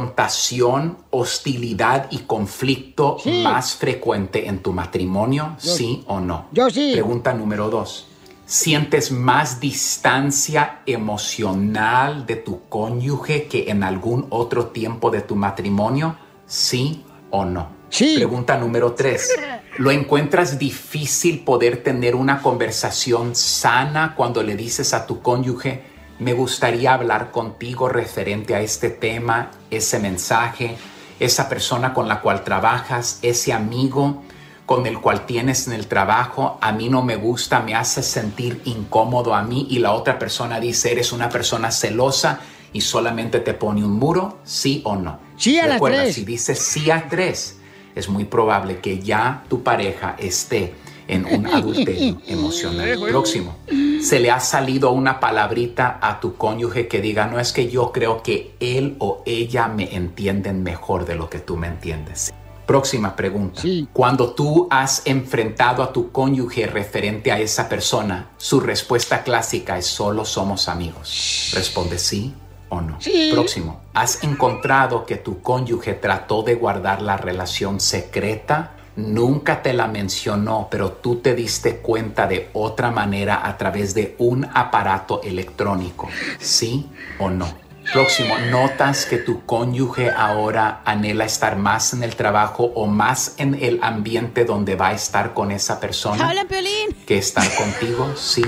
confrontación, hostilidad y conflicto
Sí.
más frecuente en tu matrimonio?
Yo-
¿Sí o no?
Yo sí.
Pregunta número dos. ¿Sientes más distancia emocional de tu cónyuge que en algún otro tiempo de tu matrimonio? ¿Sí o no? Pregunta número tres. ¿Lo encuentras difícil poder tener una conversación sana cuando le dices a tu cónyuge, me gustaría hablar contigo referente a este tema, ese mensaje, esa persona con la cual trabajas, ese amigo? con el cual tienes en el trabajo, a mí no me gusta, me hace sentir incómodo a mí y la otra persona dice, eres una persona celosa y solamente te pone un muro, sí o no.
Sí a las
Recuerda,
tres.
si dices sí a tres, es muy probable que ya tu pareja esté en un adulterio emocional próximo. Se le ha salido una palabrita a tu cónyuge que diga, no es que yo creo que él o ella me entienden mejor de lo que tú me entiendes. Próxima pregunta. Cuando tú has enfrentado a tu cónyuge referente a esa persona, su respuesta clásica es solo somos amigos. Responde sí o no.
Sí.
Próximo. ¿Has encontrado que tu cónyuge trató de guardar la relación secreta? Nunca te la mencionó, pero tú te diste cuenta de otra manera a través de un aparato electrónico. ¿Sí o no? Próximo, ¿notas que tu cónyuge ahora anhela estar más en el trabajo o más en el ambiente donde va a estar con esa persona?
Habla, Piolín.
que estar contigo, sí.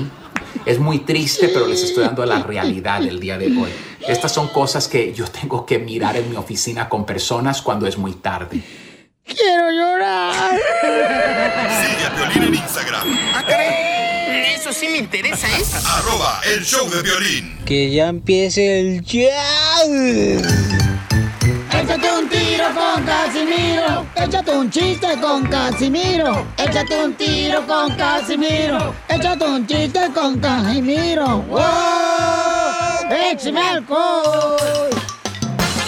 Es muy triste, pero les estoy dando la realidad el día de hoy. Estas son cosas que yo tengo que mirar en mi oficina con personas cuando es muy tarde.
¡Quiero llorar!
Sigue a Piolín en Instagram.
ah, Eso sí me interesa, ¿eh? ¿es?
Arroba el show de violín.
Que ya empiece el ya.
Échate un tiro con Casimiro. Échate un chiste con Casimiro. Échate un tiro con Casimiro. Échate un chiste con Casimiro. ¡Wow! ¡Échame alcohol!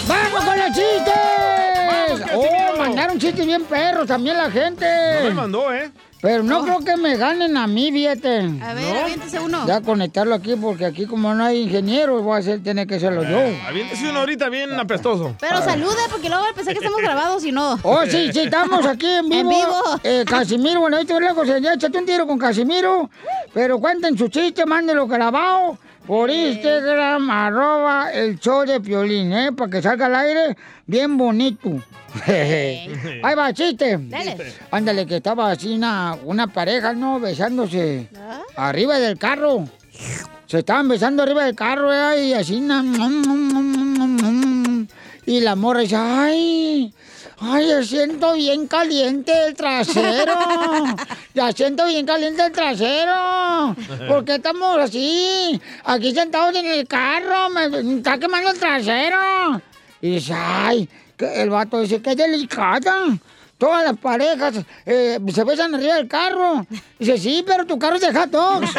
¡Vamos con los chistes! ¡Oh, mandaron chistes bien perros también la gente!
No me mandó, ¿eh?
Pero no creo que me ganen a mí, fíjate.
A ver, aviéntese uno.
Ya conectarlo aquí, porque aquí como no hay ingeniero, voy a hacer, tener que hacerlo yo.
Eh, aviéntese uno ahorita bien apestoso.
Pero saluda porque luego pensé que estamos grabados y no.
Oh, sí, sí, estamos aquí en vivo.
En vivo.
Eh, Casimiro, bueno, ahí te voy lejos, eh, ya échate un tiro con Casimiro. Pero cuenten su chiste, mándenlo grabado por Instagram, arroba el show de Piolín, ¿eh? Para que salga al aire bien bonito. ahí va, chiste.
Dale.
Ándale, que estaba así una, una pareja, ¿no? Besándose arriba del carro. Se estaban besando arriba del carro, ¿eh? Y así, na- y la morra dice, ay, ay, yo siento bien caliente el trasero. Ya siento bien caliente el trasero. ¿Por qué estamos así? Aquí sentados en el carro, me, me está quemando el trasero. Y dice, ay, que- el vato dice, qué delicada. Todas las parejas eh, se besan arriba del carro. Dice, sí, pero tu carro es de hot dogs".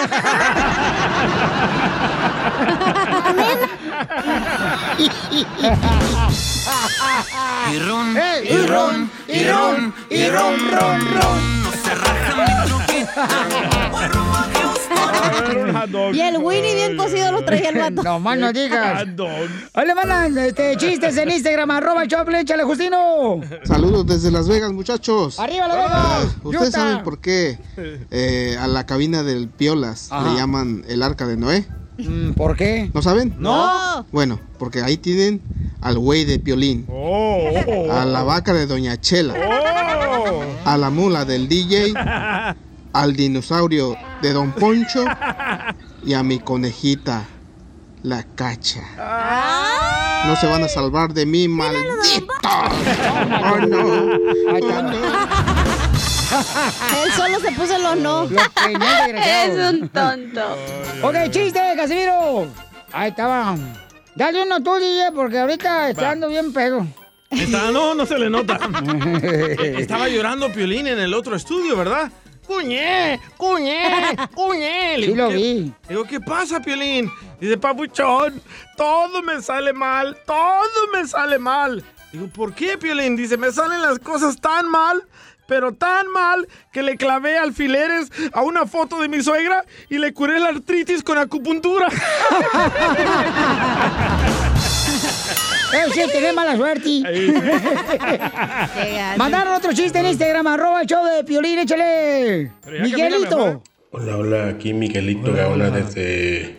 Y
ron,
Ey. y ron,
y ron, y ron, ron, ron.
Ah.
Y el Winnie
Eh.
bien cocido lo traía el vato.
No más no digas. Ahí le mandan este, chistes en Instagram, arroba el Choplin, échale, Justino.
Saludos desde Las Vegas, muchachos. Ah,
¡Arriba Las Vegas!
Ustedes
Utah.
saben por qué eh, a la cabina del Piolas
Ajá.
le llaman el arca de Noé.
Mm, ¿Por qué?
¿No saben?
No.
Bueno, porque ahí tienen al güey de Piolín,
Oh.
a la vaca de Doña Chela, a la mula del DJ, al dinosaurio de Don Poncho y a mi conejita, la cacha.
Ah,
No se van a salvar de mí, maldito. Oh, no.
Él solo se puso los no.
desgraciado.
Es un tonto.
Ok, chiste, Casimiro. Ahí estaba. Dale uno tú, DJ, porque ahorita está dando bien pedo.
Está- no, no se le nota. Estaba llorando Piolín en el otro estudio, ¿verdad? ¡Cuñé! ¡Cuñé! ¡Cuñé! Le
Sí
digo,
lo
"¿Qué-"
vi.
le Digo, ¿qué pasa, Piolín? Dice, papuchón, todo me sale mal, todo me sale mal. Digo, ¿por qué, Piolín? Dice, me salen las cosas tan mal, pero tan mal, que le clavé alfileres a una foto de mi suegra y le curé la artritis con acupuntura.
Ese Eh, tiene mala suerte. Mandaron otro chiste en Instagram, arroba el show de Piolín, échale.
ya camina
Miguelito.
Hola, hola, aquí Miguelito Gaona desde.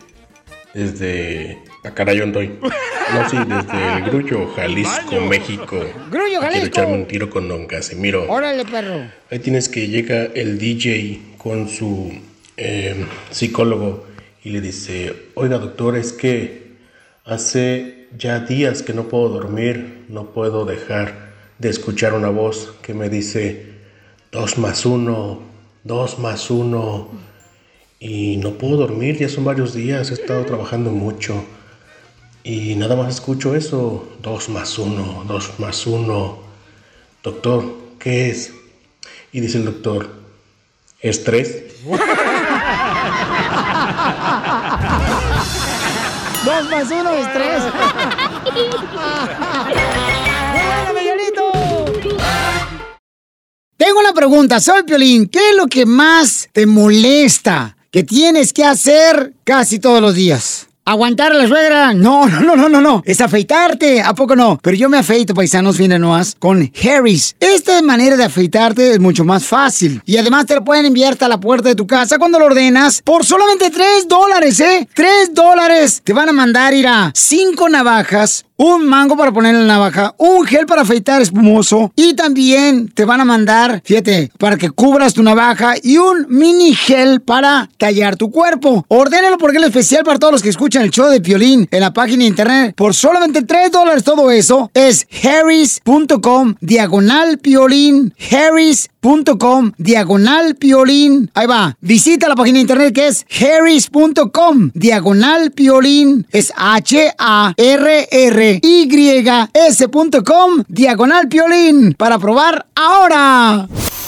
desde. Acaray, Ondoy. No, sí, desde el Grullo, Jalisco, México.
Grullo,
Quiero
Jalisco.
echarme un tiro con Don Casimiro.
Órale, perro.
Ahí tienes que llega el DJ con su eh, psicólogo y le dice, oiga doctor, es que hace ya días que no puedo dormir, no puedo dejar de escuchar una voz que me dice, dos más uno, dos más uno, y no puedo dormir, ya son varios días, he estado trabajando mucho, y nada más escucho eso, dos más uno, dos más uno, doctor, ¿qué es? Y dice el doctor, estrés.
Dos más uno es tres. ¡Bueno, Miguelito! Tengo una pregunta, soy Piolín. ¿Qué es lo que más te molesta que tienes que hacer casi todos los días? ¿Aguantar a la suegra? No, no, no, no, no, no. Es afeitarte. ¿A poco no? Pero yo me afeito, paisanos, miren nomás, con Harry's. Esta manera de afeitarte es mucho más fácil. Y además te lo pueden enviar hasta la puerta de tu casa cuando lo ordenas por solamente 3 dólares, ¿eh? 3 dólares. Te van a mandar ir a 5 navajas, un mango para poner en la navaja, un gel para afeitar espumoso y también te van a mandar, fíjate, para que cubras tu navaja y un mini gel para tallar tu cuerpo. Ordénalo porque es especial para todos los que escuchan el show de Piolín en la página de internet por solamente 3 dólares todo eso. Es harris.com diagonal piolín, harris.com diagonal piolín. Ahí va, visita la página de internet que es harris.com diagonal piolín. Es H-A-R-R y.s.com diagonal piolín para probar ahora.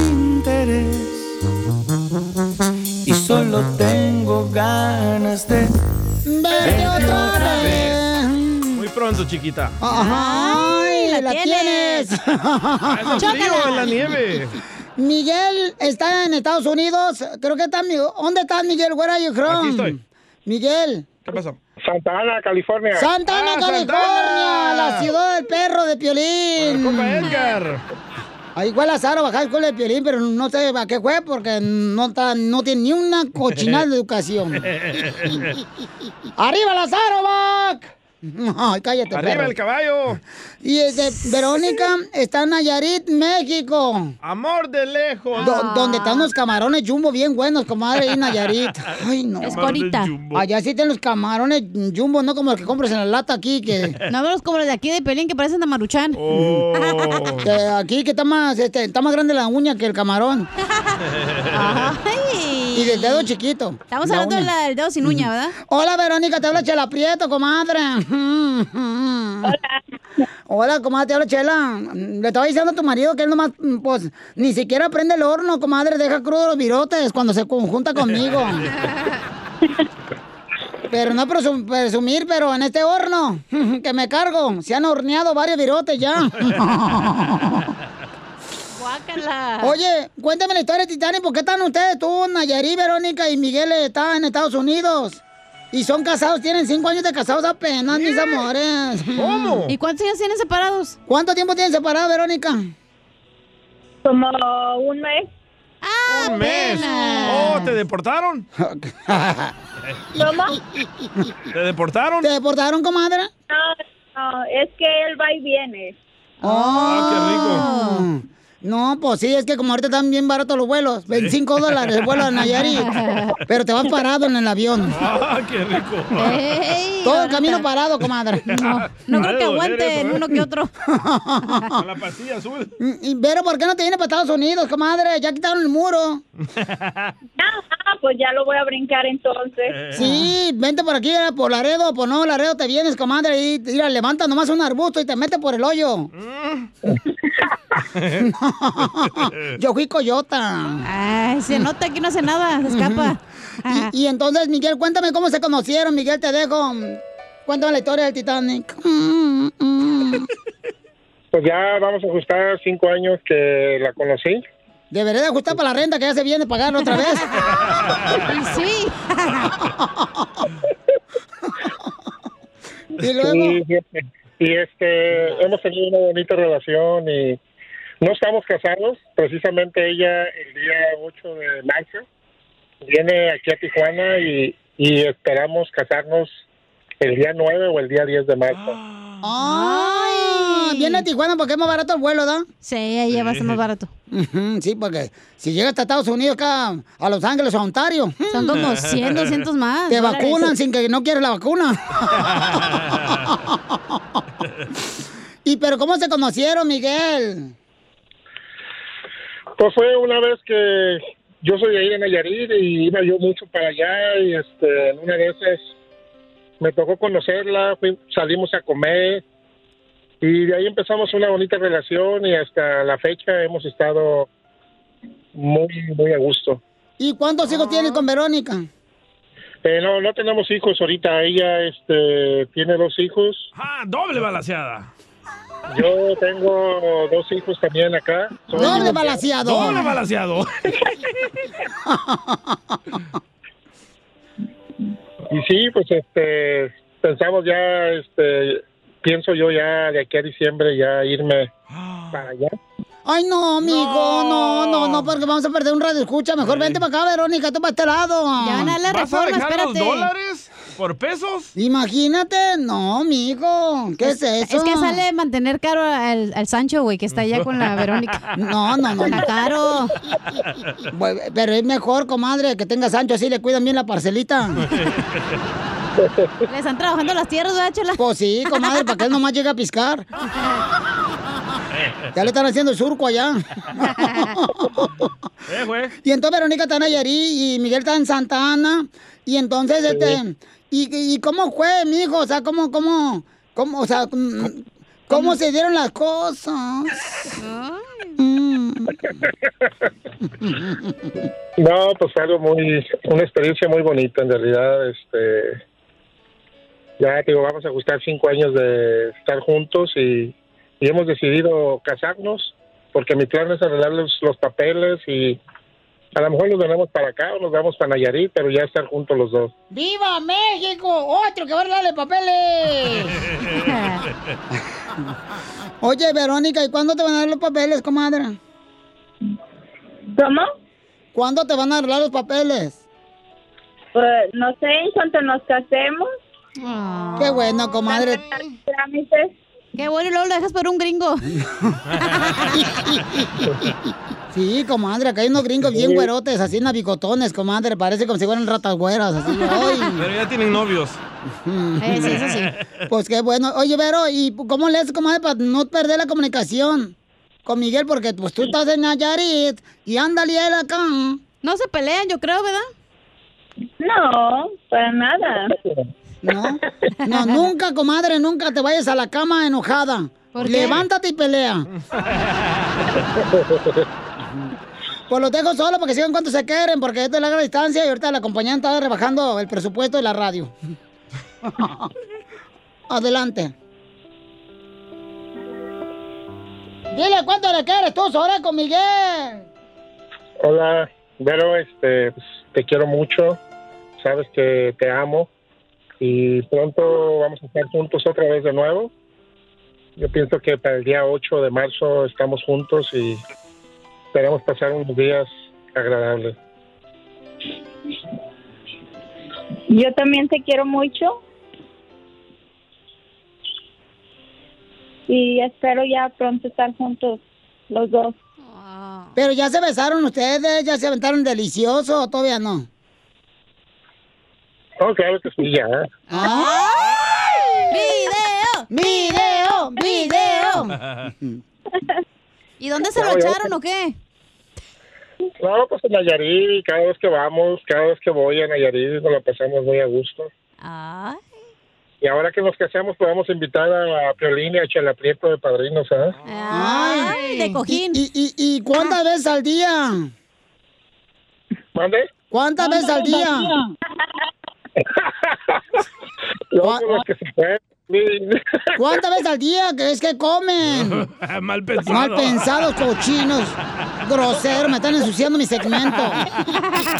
interés. Y solo tengo ganas de
Vete otra vez.
Muy pronto, chiquita.
Ah. Ay, la, tienes.
Hace frío
Chócala.
en la nieve.
Miguel está en Estados Unidos. Creo que está. mi- ¿Dónde estás, Miguel? Where are you from?
Aquí estoy.
Miguel.
¿Qué pasó?
Santa Ana, California.
Santa Ana, California, la ciudad del perro de Piolín.
Edgar.
Ah, Igual Lázaro bajaba el escuela de Piolín, pero no sé a qué fue porque no, está- no tiene ni una cochinada de educación. ¡Arriba Lázaro, Bac! Ay, cállate,
Arriba
perro.
el caballo.
Y este, Verónica está en Nayarit, México.
Amor de lejos.
Do- donde están los camarones jumbo bien buenos, comadre, ahí en Nayarit. Ay, no.
Camarones Escorita.
Allá sí tienen los camarones jumbo, no como los que compras en la lata aquí. Que...
No me los como los de aquí de Pelín que parecen de Maruchan.
Oh.
Que aquí que está más, este, está más grande la uña que el camarón. Y del dedo chiquito.
Estamos hablando de la- del dedo sin uña, ¿verdad?
Hola, Verónica, te habla Chela Prieto, comadre. Hola. Hola, comadre, te habla Chela. Le estaba diciendo a tu marido que él nomás, mm, pues, ni siquiera prende el horno, comadre. Deja crudo los virotes cuando se conjunta conmigo. Pero no presum- presumir, pero en este horno que me cargo, se han horneado varios virotes ya.
Guácala.
Oye, cuéntame la historia de Titanic. ¿Por qué están ustedes, tú, Nayarit, Verónica y Miguel, eh, están en Estados Unidos? Y son casados, tienen cinco años de casados apenas, mis amores.
¿Cómo?
¿Y cuántos años tienen separados? ¿Cuánto tiempo tienen separados, Verónica?
Como un mes.
¡Ah,
Un mes. Oh, ¿te deportaron?
¿Cómo?
¿Te deportaron?
¿Te deportaron, comadre?
No, no, es que él va y viene.
Ah, qué rico. No, pues sí, es que como ahorita están bien baratos los vuelos, 25 dólares el vuelo a Nayarit, pero te vas parado en el avión.
Ah, qué rico.
Todo el camino parado, comadre. No,
no creo que aguanten uno que
otro.
Con la pastilla azul.
Mm, Y Vero, ¿por qué no te vienes para Estados Unidos, comadre? Ya quitaron el muro.
Ah, pues ya lo voy a brincar
Eh.
entonces.
Sí, vente por aquí, eh, por Laredo, por no Laredo te vienes, comadre, y mira, levanta nomás un arbusto y te mete por el hoyo. Yo fui coyota. Ay,
se
nota que no hace nada, se escapa. Y, y entonces, Miguel, cuéntame cómo se conocieron, Miguel, te dejo. Cuéntame la historia del Titanic. Mm, mm.
Pues ya vamos a ajustar cinco años que la conocí.
Deberé de ajustar para la renta que ya se viene a pagar otra vez. sí. ¿Y luego?
fíjate. Y, este, hemos tenido una bonita relación y no estamos casados. Precisamente ella el día 8 de marzo viene aquí a Tijuana y, y esperamos casarnos el día 9 o el día 10 de marzo.
Ah. ¡Ay! Viene a Tijuana porque es más barato el vuelo, ¿da? Sí, ahí va a ser más barato. Sí, porque si llegas a Estados Unidos, acá a Los Ángeles o a Ontario.
Son como 100, 200 más,
Te
dólares.
vacunan sin que no quieras la vacuna. ¿Y pero cómo se conocieron, Miguel?
Pues fue una vez que yo soy de ahí de Nayarit y iba yo mucho para allá y este, en una de esas me tocó conocerla, fui- salimos a comer y de ahí empezamos una bonita relación y hasta la fecha hemos estado muy, muy a gusto.
¿Y cuántos hijos tienes con Verónica?
Eh, no, no tenemos hijos ahorita, ella este, tiene dos hijos.
Ah, doble balaseada.
Yo tengo dos hijos también acá. Soy
Doble
divorciado.
balaseado.
Doble balaseado.
Y sí, pues este, pensamos ya, este, pienso yo ya de aquí a diciembre ya irme
Ah.
para allá.
Ay, no, amigo, no, no, no, porque vamos a perder un radio escucha. Mejor vente para acá, Verónica, tú para este lado. Ya van a
¿Vas a dejar los dólares por pesos?
Imagínate, no, amigo, ¿qué es, eso?
Es que sale de mantener caro al, al Sancho, güey, que está allá con la Verónica.
No, no, no.
Está caro.
Bueno, Pero es mejor, comadre, que tenga Sancho, así le cuidan bien la parcelita.
Le están trabajando las tierras, ¿verdad, chela?
Pues sí, comadre, para que él nomás llegue a piscar. Ya le están haciendo el surco allá. y entonces Verónica está en Nayarit y Miguel está en Santa Ana. Y entonces,
Sí.
este, y, y cómo fue, mijo? O sea, ¿cómo, cómo, cómo, o sea, ¿cómo, cómo se dieron las cosas?
No, pues fue algo muy, una experiencia muy bonita en realidad, este, ya te digo, vamos a gustar cinco años de estar juntos y, y hemos decidido casarnos porque mi plan es arreglar los, los papeles y a lo mejor nos venimos para acá o nos vamos para Nayarit, pero ya estar juntos los dos.
¡Viva México! ¡Otro que va a darle papeles! Oye, Verónica, ¿y cuándo te van a dar los papeles, comadre?
¿Cómo?
¿Cuándo te van a arreglar los papeles?
Pues, no sé, en cuanto nos casemos.
Qué bueno, comadre.
Qué bueno, y luego lo dejas por un gringo.
Sí, comadre, acá hay unos gringos bien
Sí.
güerotes, así navicotones, comadre. Parece como si fueran ratas güeras, así. Ay.
Pero ya tienen novios.
Eh, sí, eso Pues qué bueno. Oye, Vero, ¿y cómo le haces, comadre, para no perder la comunicación con Miguel? Porque pues tú estás en Nayarit y ándale él acá. No se pelean, yo creo, ¿verdad?
No, para nada.
No, no, nunca, comadre, nunca te vayas a la cama enojada.
¿Por qué?
Levántate y pelea. Pues los dejo solo porque sigan cuanto se quieren, porque esto es larga distancia y ahorita la compañía está rebajando el presupuesto de la radio. Adelante. Dile cuánto le quieres tú, ahora con Miguel.
Hola, Vero, este, pues, te quiero mucho, sabes que te amo y pronto vamos a estar juntos otra vez de nuevo. Yo pienso que para el día 8 de marzo estamos juntos y esperamos pasar unos días agradables.
Yo también te quiero mucho. Y espero ya pronto estar juntos los dos.
Ah. Pero ya se besaron ustedes, ya se aventaron delicioso, ¿o todavía no.
No, claro que sí, ya.
¡Video!
¡Video! ¡Video!
¿Y dónde se lo
No, yo-
echaron o qué?
No, pues en Nayarit, cada vez que vamos, cada vez que voy a Nayarit nos la pasamos muy a gusto. Y ahora que nos casamos podemos invitar a Piolín y a Chela Prieto de padrinos, ¿ah? ¿sabes?
Ay, de cojín. ¿Y, y, y
Ah.
cuántas veces al día?
¿Mande?
¿Cuántas veces al día?
Luego los que se pueden.
¿Cuántas veces al día? Que es que comen.
Mal pensado.
Mal pensados, cochinos. Groseros, me están ensuciando mi segmento.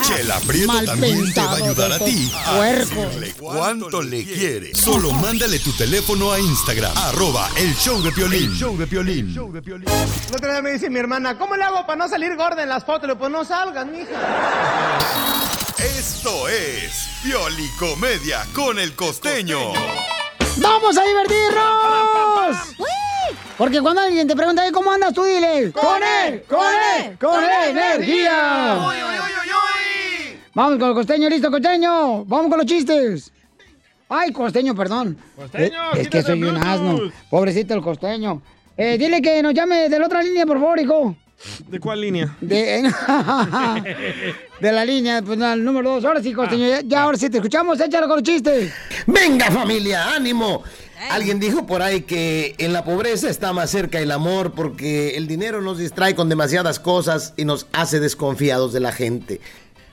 Chela Prieto
Mal
también
pensado,
te va a ayudar a ti a
puerco.
decirle cuánto le quiere. Solo mándale tu teléfono a Instagram, arroba el show de Piolín.
El
show de Piolín.
La otra vez me dice mi hermana, ¿cómo le hago para no salir gorda en las fotos? Le digo, Pues no salgas, mija.
Esto es Pioli Comedia con el costeño.
¡Vamos a divertirnos! Porque cuando alguien te pregunta, "Ey, ¿cómo andas tú? Dile, ¡con él! ¡Con él! ¡Con él! ¡Energía! Vamos con el costeño, listo, costeño. Vamos con los chistes. Ay, costeño, perdón.
Costeño,
Eh, es que
quítate
soy
el
un asno.
Bluetooth.
Pobrecito el costeño. Eh, dile que nos llame de la otra línea, por favor, hijo.
¿De cuál línea?
De, de la línea, pues al número dos. Ahora sí, costeño, ya, ya ahora sí te escuchamos, échalo con los chistes.
Venga, familia, ánimo. Alguien dijo por ahí que en la pobreza está más cerca el amor porque el dinero nos distrae con demasiadas cosas y nos hace desconfiados de la gente.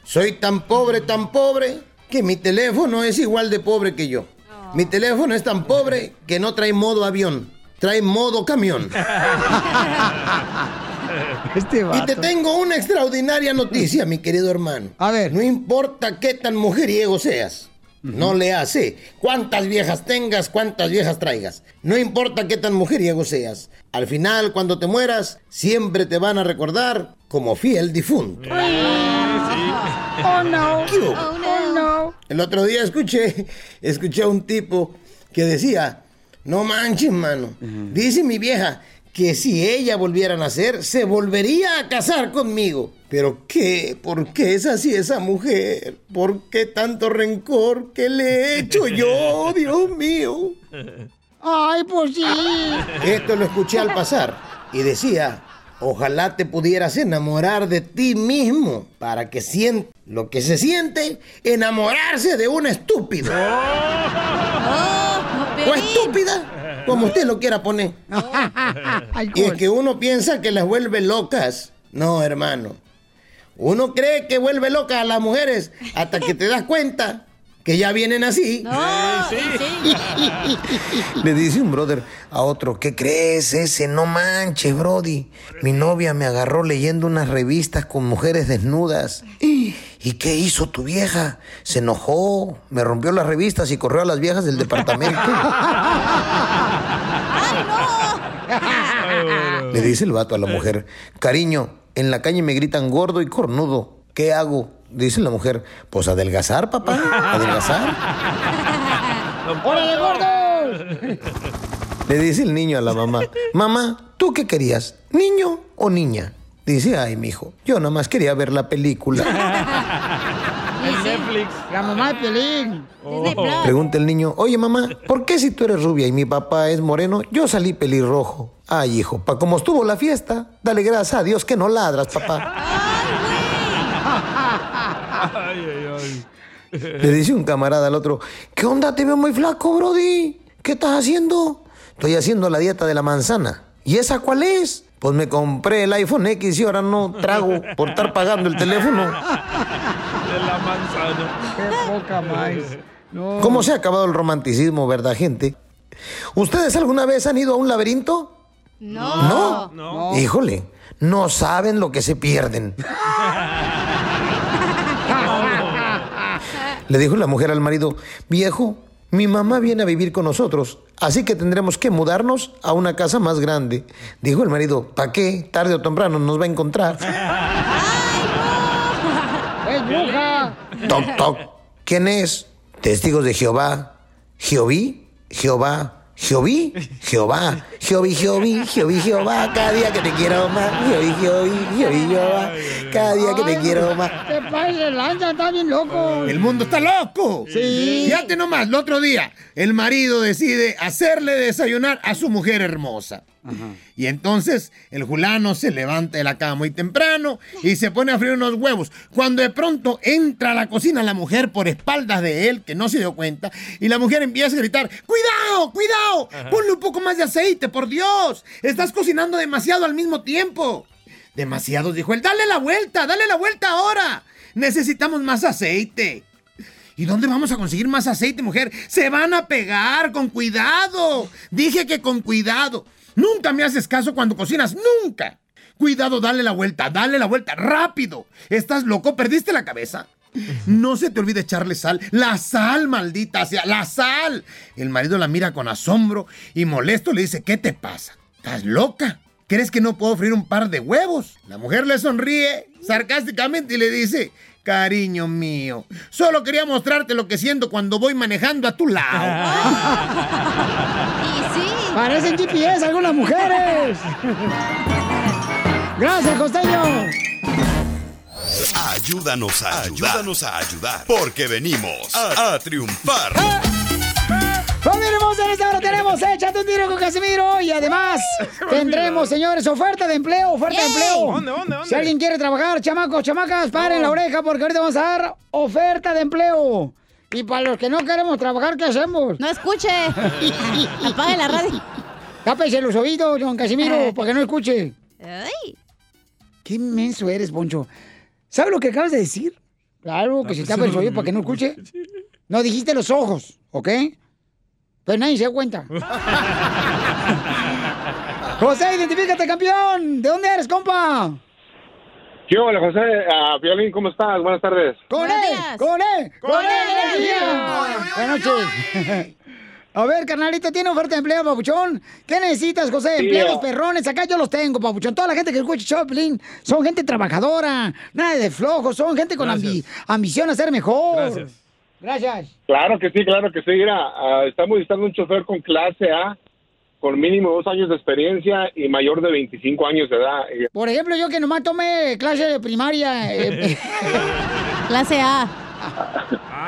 Soy tan pobre, tan pobre, que mi teléfono es igual de pobre que yo. Mi teléfono es tan pobre que no trae modo avión, trae modo camión. Y te tengo una extraordinaria noticia, mi querido hermano. A ver. No importa qué tan mujeriego seas. No le hace. Cuántas viejas tengas, cuántas viejas traigas. No importa qué tan mujeriego seas. Al final, cuando te mueras, siempre te van a recordar como fiel difunto.
Oh no.
¿Qué hubo?
Oh no.
El otro día escuché, escuché a un tipo que decía, no manches, mano. Dice mi vieja que si ella volviera a nacer, se volvería a casar conmigo. Pero qué, ¿por qué es así esa mujer? ¿Por qué tanto rencor que le he hecho yo, Dios
Oh.
mío?
Ay, pues sí.
Esto lo escuché al pasar y decía, ojalá te pudieras enamorar de ti mismo para que sientas lo que se siente enamorarse de un estúpido.
Oh,
o estúpida, como usted lo quiera poner. y es que uno piensa que las vuelve locas. No, hermano. Uno cree que vuelve locas a las mujeres hasta que te das cuenta que ya vienen así.
Le dice un brother a otro, ¿qué crees ese? No manches, Brody. Mi novia me agarró leyendo unas revistas con mujeres desnudas. ¿Y qué hizo tu vieja? Se enojó, me rompió las revistas y corrió a las viejas del departamento. Le dice el vato a la mujer, cariño, en la calle me gritan gordo y cornudo. ¿Qué hago? Dice la mujer, pues adelgazar, papá, adelgazar.
¡Órale, gordo!
Le dice el niño a la mamá, mamá, ¿tú qué querías? ¿Niño o niña? Dice, ay, mijo, yo nada más quería ver la película.
En Netflix. La mamá de Pelín.
Pregunta el niño, oye mamá, ¿por qué si tú eres rubia y mi papá es moreno, yo salí pelirrojo? Ay, hijo, pa' como estuvo la fiesta, dale gracias a Dios que no ladras, papá. Le dice un camarada al otro, ¿qué onda? Te veo muy flaco, Brody. ¿Qué estás haciendo? Estoy haciendo la dieta de la manzana. ¿Y esa cuál es? Pues me compré el iPhone X y ahora no trago por estar pagando el teléfono.
De la manzana.
Qué poca más. No.
¿Cómo se ha acabado el romanticismo, verdad, gente? ¿Ustedes alguna vez han ido a un laberinto?
No.
¿No?
No.
Híjole, no saben lo que se pierden. Le dijo la mujer al marido, viejo, mi mamá viene a vivir con nosotros, así que tendremos que mudarnos a una casa más grande. Dijo el marido, ¿para qué? Tarde o temprano nos va a encontrar.
¡Es bruja!
Toc, toc. ¿Quién es? Testigos de Jehová. Jehoví, Jehová, Jehoví, Jehová, Jehoví, Jehoví, Jehoví, Jehová. Cada día que te quiero más. Jehoví, Jehoví, Jehoví, Jehová. Cada día que te quiero más.
Te pases de lanza, está bien loco.
El mundo está loco.
Sí.
Fíjate nomás, el otro día, el marido decide hacerle desayunar a su mujer hermosa. Y entonces el fulano se levanta de la cama muy temprano y se pone a freír unos huevos. Cuando de pronto entra a la cocina la mujer por espaldas de él, que no se dio cuenta, y la mujer empieza a gritar, ¡Cuidado, cuidado! ¡Ponle un poco más de aceite, por Dios! ¡Estás cocinando demasiado al mismo tiempo! Demasiado, dijo él, ¡dale la vuelta, dale la vuelta ahora! Necesitamos más aceite. ¿Y dónde vamos a conseguir más aceite, mujer? Se van a pegar, con cuidado. Dije que con cuidado. Nunca me haces caso cuando cocinas, nunca. Cuidado, dale la vuelta, dale la vuelta, rápido. ¿Estás loco? ¿Perdiste la cabeza? No se te olvide echarle sal. La sal, maldita sea, la sal. El marido la mira con asombro y molesto le dice, ¿qué te pasa? ¿Estás loca? ¿Crees que no puedo freír un par de huevos? La mujer le sonríe sarcásticamente y le dice, cariño mío, solo quería mostrarte lo que siento cuando voy manejando a tu lado.
Parecen GPS algunas mujeres. Gracias, costeño.
Ayúdanos ¡Ah! a ayudar. Ayúdanos a ayudar. Porque venimos a, a triunfar.
Familia Pues hermosa, en esta hora tenemos Échate un tiro con Casimiro y además tendremos, señores, oferta de empleo, oferta
Yay.
de empleo.
¿Dónde, dónde, dónde?
Si alguien quiere trabajar, chamacos, chamacas, paren la oreja porque ahorita vamos a dar oferta de empleo. Y para los que no queremos trabajar, ¿qué hacemos? No escuche. Apague la radio. Eh. Tápese los oídos, don Casimiro, para que no escuche. Qué inmenso eres, Poncho. ¿Sabes lo que acabas de decir? Claro, que se tapa el oído para que Ah, pues no escuche. No dijiste los ojos, ¿ok? Pero nadie se dio cuenta. José, identifícate, campeón. ¿De dónde eres, compa?
Yo, hola José, ah, Violín, ¿cómo estás? Buenas tardes.
¡Con él! ¡Con él! ¡Con E, él! energía! Buenas noches. A ver, carnalito, tiene oferta de empleo, papuchón. ¿Qué necesitas, José?
Sí,
Empleos
ah.
perrones, acá yo los tengo, papuchón. Toda la gente que escucha Choplin son gente trabajadora, nada de flojos, son gente con ambi- ambición a ser mejor. Gracias. Gracias.
Claro que sí, claro que sí. Mira, ah, estamos buscando un chofer con clase A, con mínimo dos años de experiencia y mayor de 25 años de edad. Y-
Por ejemplo, yo que nomás tomé clase de primaria. eh, clase A.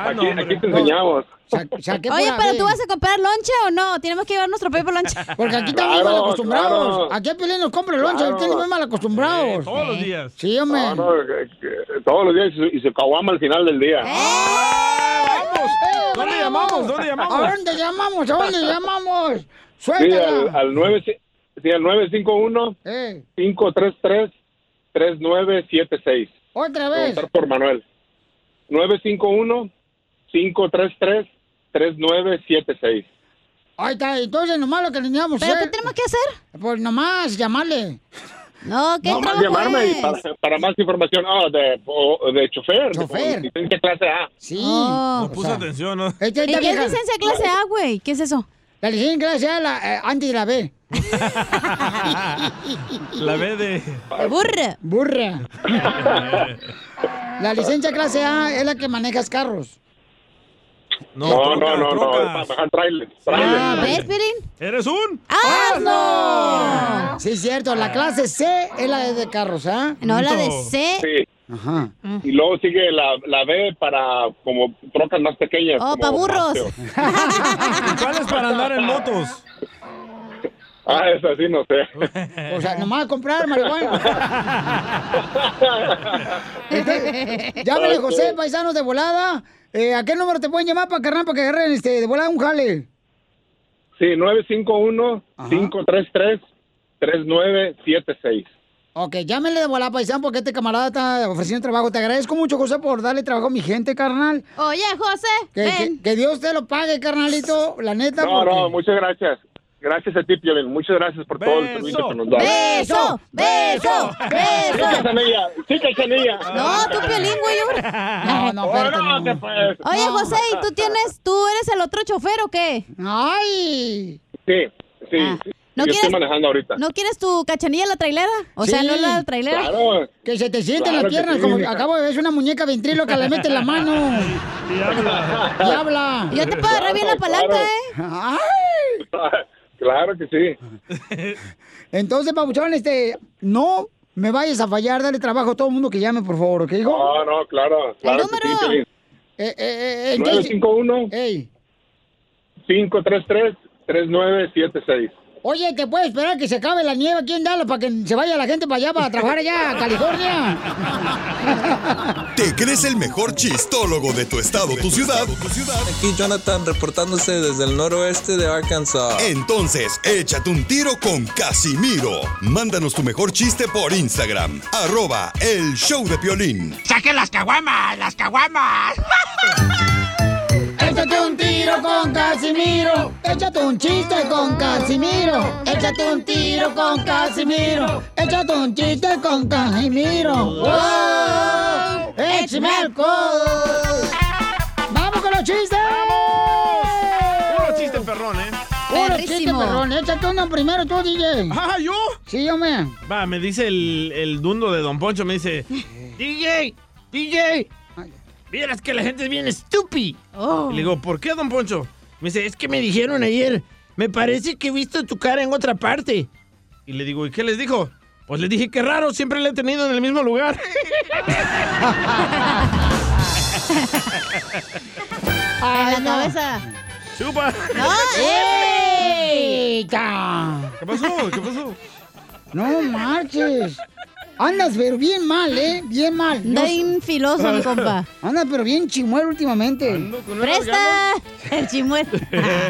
aquí, aquí te enseñamos.
Saqué
Oye,
pura
pero
B.
tú vas a comprar lonche o no? Tenemos que llevar nuestro propio lonche.
Porque aquí estamos mal acostumbrados. Aquí a Piolín nos compra el lonche,
Claro.
aquí estamos mal acostumbrados. todos los días. Sí, hombre.
No, no, que- que- todos los días y su- y se caguama al final del día.
¿Eh? ¡Vamos!
¿Dónde llamamos? ¿Dónde llamamos?
¿A dónde llamamos? ¿A dónde llamamos?
Sí, al,
Suéltala.
al 9, sí, al 951
Eh,
533 3976.
otra vez.
Preguntar por Manuel. 951 533 3976.
Ahí está, entonces nomás lo que teníamos que
¿Pero
hacer. ¿Qué tenemos que hacer? Pues nomás llamarle. No, ¿qué
No más llamarme y para, para más información ah, de, o- de chofer, de-
Chofer.
de licencia clase A.
Sí. pues,
Oh.
No puse atención, ¿no?
¿Y
¿Y qué es licencia clase A, güey? ¿Qué es eso?
La licencia clase A la, antes de Eh, la B.
La B de.
burra. Burra. La licencia clase A es la que manejas carros.
No, no, no, no, no, es para manejar trailer.
Ah,
trailer.
¿Ves, Piolín?
¿Eres un?
¡Asno! Sí, es cierto. La clase C es la de carros, ¿ah?
No, la de C. Mm.
Sí. Y luego sigue la, la B para como trocas más pequeñas.
Oh,
como
pa' burros.
Mateo.
¿Cuál es para andar en motos?
Ah, esa sí, no sé.
O sea, nomás comprar marihuana. Este, Llámale, José, paisanos de volada. Eh, ¿A qué número te pueden llamar para carnal para que agarren este, de volada un jale?
Sí, 951-533-3976.
Ok, llámenle de volada, paisano, porque este camarada está ofreciendo trabajo. Te agradezco mucho, José, por darle trabajo a mi gente, carnal.
Oye, José,
Que, que- que Dios te lo pague, carnalito. La neta.
No,
porque-
no, muchas gracias. Gracias a ti, Piolín. Muchas gracias por todo el servicio que nos das.
¡Beso! ¡Beso!
Sí, cachanilla. Sí, cachanilla.
No, tú, Piolín, güey. yo-
No, no,
Oh,
espérate, no.
Oye,
No.
José, ¿y tú tienes, tú eres el otro chofer o qué?
¡Ay!
Sí, sí. sí.
Ah, ¿No
Yo
quieres-
estoy manejando ahorita.
¿No quieres tu cachanilla la trailera? O sea,
Sí,
no la trailera.
claro.
Que se te sienten
Claro
las
que
piernas
sí.
como acabo de ver es una muñeca ventríloca, le mete la mano.
Y habla.
Y habla.
Yo te puedo agarrar bien la palanca,
Ay.
Claro que sí.
Entonces, Pabuchón, este, no me vayas a fallar, dale trabajo a todo el mundo que llame, por favor, ¿ok, hijo?
No, no, claro. claro que sí, Piolín.
Eh, eh, eh, eh, entonces-
951
Ey.
533 3976.
Oye, ¿te puedes esperar que se acabe la nieve aquí en Dallas para que se vaya la gente para allá, para trabajar allá, a California?
¿eh?
¿Te crees el mejor chistólogo de tu estado, tu ciudad?
Aquí Jonathan reportándose desde el noroeste de Arkansas.
Entonces, échate un tiro con Casimiro. Mándanos tu mejor chiste por Instagram. Arroba el show de Piolín.
¡Saquen las caguamas! ¡Las caguamas!
Échate un tiro con Casimiro. Échate un chiste con Casimiro. Échate un tiro con Casimiro. Échate un chiste con Casimiro. ¡Wow! ¡Échame alcohol! ¡Vamos con los chistes! ¡Vamos!
Puro chiste perrón, ¿eh?
¡Puro chiste, perrón! Échate uno primero tú, DJ.
¿Ah, yo?
Sí, hombre.
Va, me dice el, el dundo de Don Poncho, me dice, DJ, DJ, vieras que la gente es bien estúpida.
Oh.
Y le digo, ¿por qué, Don Poncho? Me dice, es que me dijeron ayer, me parece que he visto tu cara en otra parte. Y le digo, ¿y qué les dijo? Pues les dije, qué raro, siempre la he tenido en el mismo lugar.
En la cabeza.
¡Chupa!
¡No!
eh.
¡Eita!
¿Qué pasó? ¿Qué pasó?
No marches. Andas, pero bien mal, ¿eh? Bien mal.
Anda bien filoso, mi compa.
Anda, pero bien chimuelo últimamente.
con una ¡Presta! El chimuelo.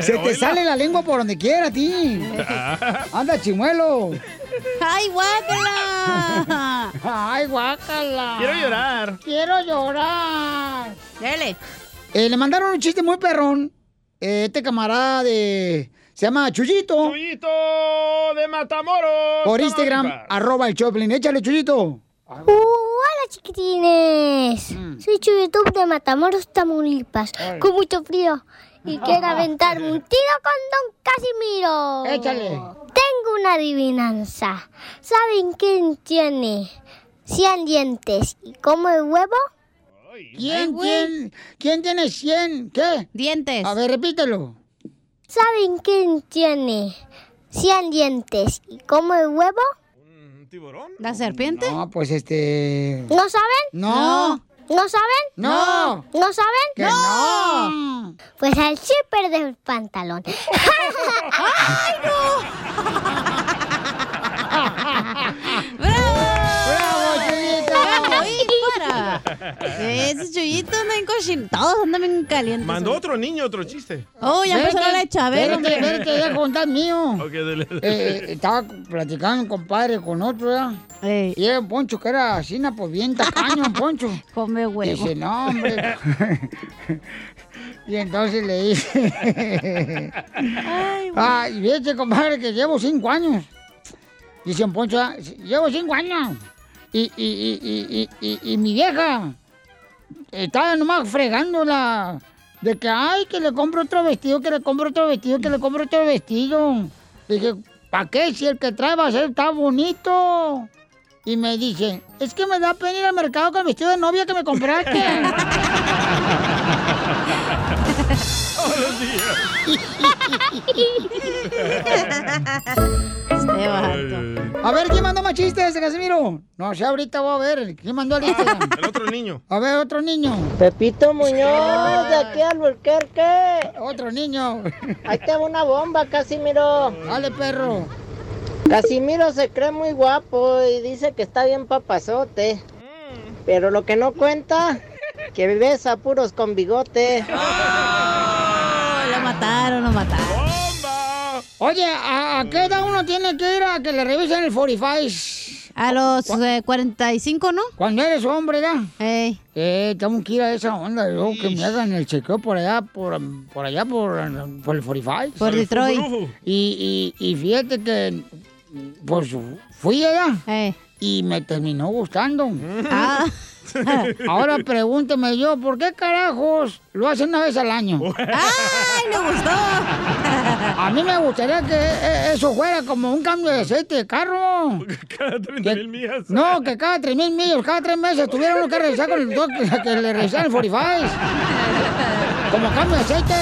Se te sale la lengua por donde quiera, a ti.
Ah.
Anda, chimuelo.
¡Ay, guácala!
¡Ay, guácala!
Quiero llorar.
Quiero llorar.
Dele.
Eh, le mandaron un chiste muy perrón. eh, Este camarada de... Se llama Chuyito.
¡Chuyito de Matamoros!
Por Instagram,
Tamaulipas.
arroba el Choplin. Échale, Chuyito.
hola chiquitines. Soy Chuyutub de Matamoros, Tamaulipas. Con mucho frío. Y quiero aventarme un tiro con Don Casimiro.
Échale.
Tengo una adivinanza. ¿Saben quién tiene 100 dientes y come huevo?
¿Quién, quién, quién tiene 100? ¿Qué?
Dientes.
A ver, repítelo.
¿Saben quién tiene 100 dientes y come huevo?
¿La serpiente?
No, pues este...
¿No saben?
No.
¿No saben?
No.
¿No saben?
¡Que no!
Pues al zipper del pantalón. ¡Ay,
¡Bravo,
¡Bravo, híjora! Ese chuyito anda en cochino. Todos andan bien calientes.
Mandó otro niño, otro chiste.
Oh, ya empezó la leche, a ver,
Vente,
hombre.
vente, ya contar mío.
Ok, dale. dale.
Eh, eh, estaba platicando, compadre, con otro, ¿verdad? Y era un poncho que era así, na, pues bien tacaño, un poncho.
Come huevo.
Dice, no, hombre. y entonces le dije... Ay, viste, compadre, que llevo cinco años. Dice un poncho, ah, llevo cinco años. Y, y, y, y, y, y, y mi vieja estaba nomás fregándola. De que, ay, que le compro otro vestido, que le compro otro vestido, que le compro otro vestido. Le dije, ¿para qué? Si el que trae va a ser tan bonito. Y me dice, es que me da pena ir al mercado con el vestido de novia que me compraste.
Todos los
Este vato.
a ver, ¿quién mandó más chistes, Casimiro? No sé, ahorita voy a ver. ¿Quién mandó el Instagram?
Ah. El otro niño.
A ver, otro niño.
Pepito Muñoz, de aquí al Burquerque.
Otro niño.
Ahí te va una bomba, Casimiro.
Dale, perro.
Casimiro se cree muy guapo y dice que está bien papazote. Pero lo que no cuenta, que besa a puros con bigote.
Oh, lo mataron, lo mataron.
Oye, ¿a, a qué edad uno tiene que ir a que le revisen el 45?
A los eh, 45, ¿no?
Cuando eres hombre, ¿verdad?
Ey.
Eh, tengo que ir a esa onda, yo, que me hagan el chequeo por allá, por, por allá, por, por el 45.
Por Detroit.
Y, y, y fíjate que, pues, fui allá y me terminó gustando.
Eh. Ah.
Ahora pregúntame yo, ¿por qué carajos lo hacen una vez al año?
¡Ay, me gustó!
A mí me gustaría que eh, eso fuera como un cambio de aceite de carro.
Cada 30 mil millas.
No, que cada 3 mil millas, cada 3 meses tuviera uno que revisar con el doc, que le revisara el 45. Como cambio de aceite.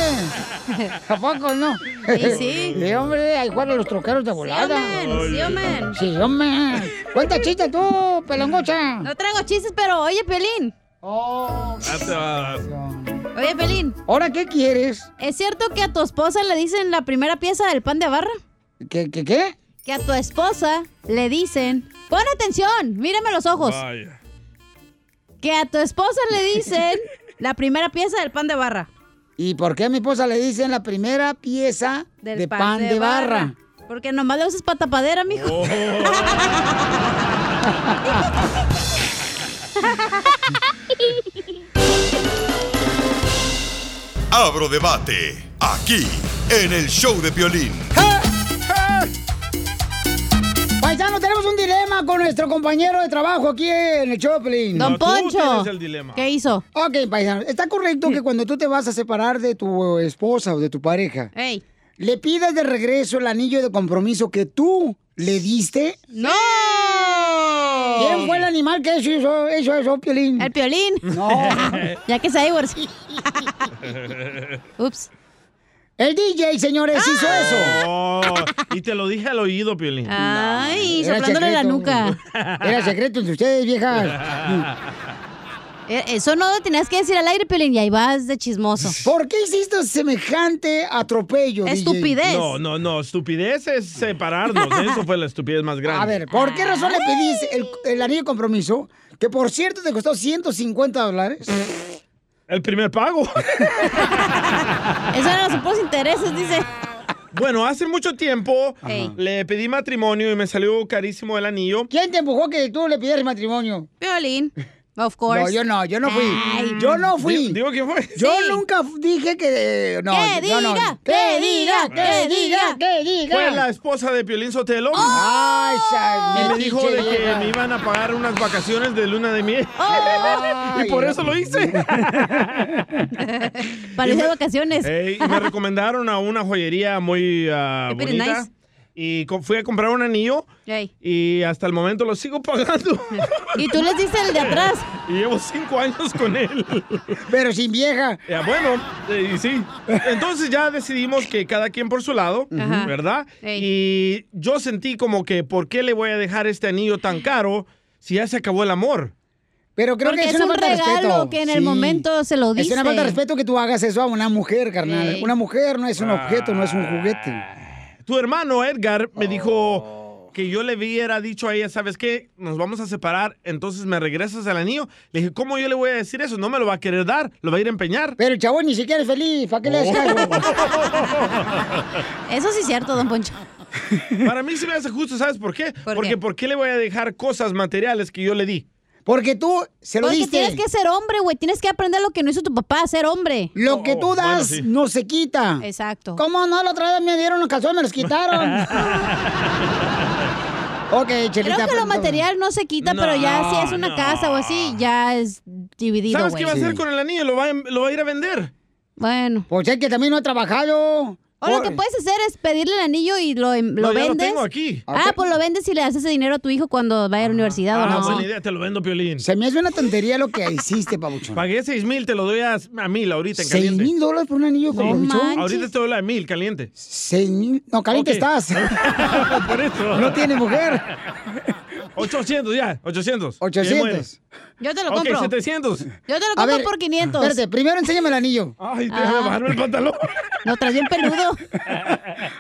¿A poco no?
Sí, sí.
Sí, hombre, ahí juegan los troqueros de volada.
hombre, sí, hombre.
Sí, hombre. Cuenta chiste tú, pelongocha.
No traigo chistes, pero oye, Pelín.
Oh.
Oye, Pelín.
¿Ahora qué quieres?
¿Es cierto que a tu esposa le dicen la primera pieza del pan de barra?
¿Qué, qué, qué?
Que a tu esposa le dicen... Pon atención, mírame los ojos.
Vaya.
Que a tu esposa le dicen la primera pieza del pan de barra.
¿Y por qué a mi esposa le dicen la primera pieza
Del
de pan, de barra?
Porque nomás le usas para tapadera, mijo.
Abro debate aquí en el show de Piolín.
Paisano, tenemos un dilema con nuestro compañero de trabajo aquí en el Choplin.
Don No, tú Poncho. tienes el dilema. ¿Qué hizo? Mm.
Ok, paisano. Está correcto que cuando tú te vas a separar de tu esposa o de tu pareja,
Ey.
le pidas de regreso el anillo de compromiso que tú le diste.
¡No!
¿Quién fue el animal que eso hizo, eso, eso, Piolín?
El Piolín.
No.
ya que se divorció. Ups. Ah.
El DJ, señores, hizo eso.
Oh, y te lo dije al oído, Piolín.
Ay,
Era
soplándole la
secreto.
nuca.
Era secreto entre ustedes, viejas.
Eh, Eso no lo tenías que decir al aire, Piolín, y ahí vas de chismoso.
¿Por qué hiciste semejante atropello?
Estupidez.
No, no, no. Estupidez es separarnos. Eso fue la estupidez más grande.
A ver, ¿por qué razón le pedís el, el anillo de compromiso? Que por cierto te costó 150 dólares.
El primer pago.
Eso eran los supuestos intereses, dice.
Bueno, hace mucho tiempo
Ey.
le pedí matrimonio y me salió carísimo el anillo.
¿Quién te empujó que tú le pidieras matrimonio?
Piolín. Of course.
No, yo no, yo no fui. Yo no fui.
Digo, que fue.
Yo nunca f- dije que. eh, No,
¿Qué
yo no.
diga?
¿Qué diga? ¿Qué diga? ¿Qué diga?
Fue la esposa de Piolín Sotelo.
¡Oh!
Ay,
y me
esa
dijo
pinche
de que
vieja.
me iban a pagar unas vacaciones de luna de miel.
Ay.
¡Oh!
y por eso lo hice.
Para irse de vacaciones.
Ey, y me recomendaron a una joyería muy ah,
Qué pretty
bonita.
nice.
Y co- fui a comprar un anillo
Ey.
y hasta el momento lo sigo pagando.
Y tú les diste el de atrás.
Y llevo cinco años con él.
Pero sin vieja.
Ya, bueno, eh, y sí. Entonces ya decidimos que cada quien por su lado,
Ajá.
¿verdad?
Ey.
Y yo sentí como que, ¿por qué le voy a dejar este anillo tan caro si ya se acabó el amor?
Pero creo
Porque
que
es
una
un
falta de
regalo
respeto.
que en el momento se lo
Es
dice.
una falta de respeto que tú hagas eso a una mujer, carnal.
Ey.
Una mujer no es un
Ah.
objeto, no es un juguete. Oh.
Tu hermano Edgar me dijo que yo le hubiera dicho a ella, ¿sabes qué? Nos vamos a separar, entonces me regresas el anillo. Le dije, ¿cómo yo le voy a decir eso? No me lo va a querer dar, lo va a ir a empeñar.
Pero el chavo ni siquiera es feliz, ¿para qué le haces
Eso sí es cierto, don Poncho.
Oh. Para mí se me hace justo, ¿sabes por qué? Porque
qué?
¿por qué le voy a dejar cosas materiales que yo le di?
Porque tú se
Porque tienes que ser hombre, güey. Tienes que aprender lo que no hizo tu papá, a ser hombre.
Lo
Oh,
que tú das no se quita.
Exacto.
¿Cómo no? La otra vez me dieron los calzones, me los quitaron. ok, Chelita.
Creo que lo
perdón.
material no se quita,
No,
pero ya si es una
no.
casa o así, ya es dividido.
¿Sabes
güey.
qué va a hacer con el anillo? Lo va, a- em- lo va a ir a vender.
Bueno.
Pues es que también no ha trabajado.
O lo que puedes hacer es pedirle el anillo y lo, em- lo
No, ya lo
vendes.
tengo aquí.
Ah, pues lo vendes y le das ese dinero a tu hijo cuando vaya a la universidad
Ah,
o no.
buena idea, te lo vendo, Piolín.
Se me hace una tontería lo que hiciste, pabuchón.
Pagué seis mil, te lo doy a, a mil ahorita en
¿Seis
caliente.
mil dólares por un anillo con
Ahorita te doy a mil, caliente.
Seis mil. No, caliente
Ok.
estás.
Por eso.
No tiene mujer.
800 ya, 800.
800.
Yo te lo
Ok,
compro.
700.
Yo te lo
A
compro
ver,
por 500.
Espérate, primero enséñame el anillo.
Ay,
déjame Ah.
bajarme el pantalón.
Lo traes bien peludo.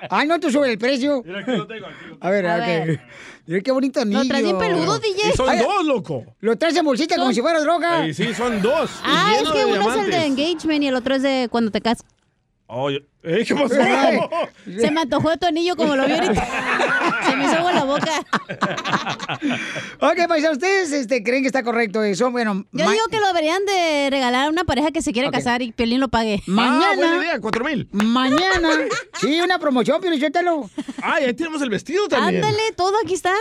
Ay, no, tú sube el precio. Mira, aquí lo tengo. A ver,
A
ok.
ver.
Mira qué bonito anillo.
traes bien peludo, DJ. Y son dos,
loco.
Lo traes en bolsita como
Son-
si fuera droga.
Ay, sí, son dos. y
Ah,
lleno
es que
de
uno es el de
diamantes.
engagement y el otro es de cuando te casas.
Oh, yo- Ey, ¿Qué pasó?
Se me antojó tu anillo como lo vi ahorita. Se me hizo agua en la boca.
Ok, paisanos, ¿ustedes este, creen que está correcto eso? Bueno,
Yo
ma-
digo que lo deberían de regalar a una pareja que se quiere
Ok.
casar y Piolín lo
Ah,
pague.
mañana.
cuatro mil.
Mañana. Sí, una promoción, pero yo te lo.
Ay, ahí tenemos el vestido también.
Ándale, todo aquí está.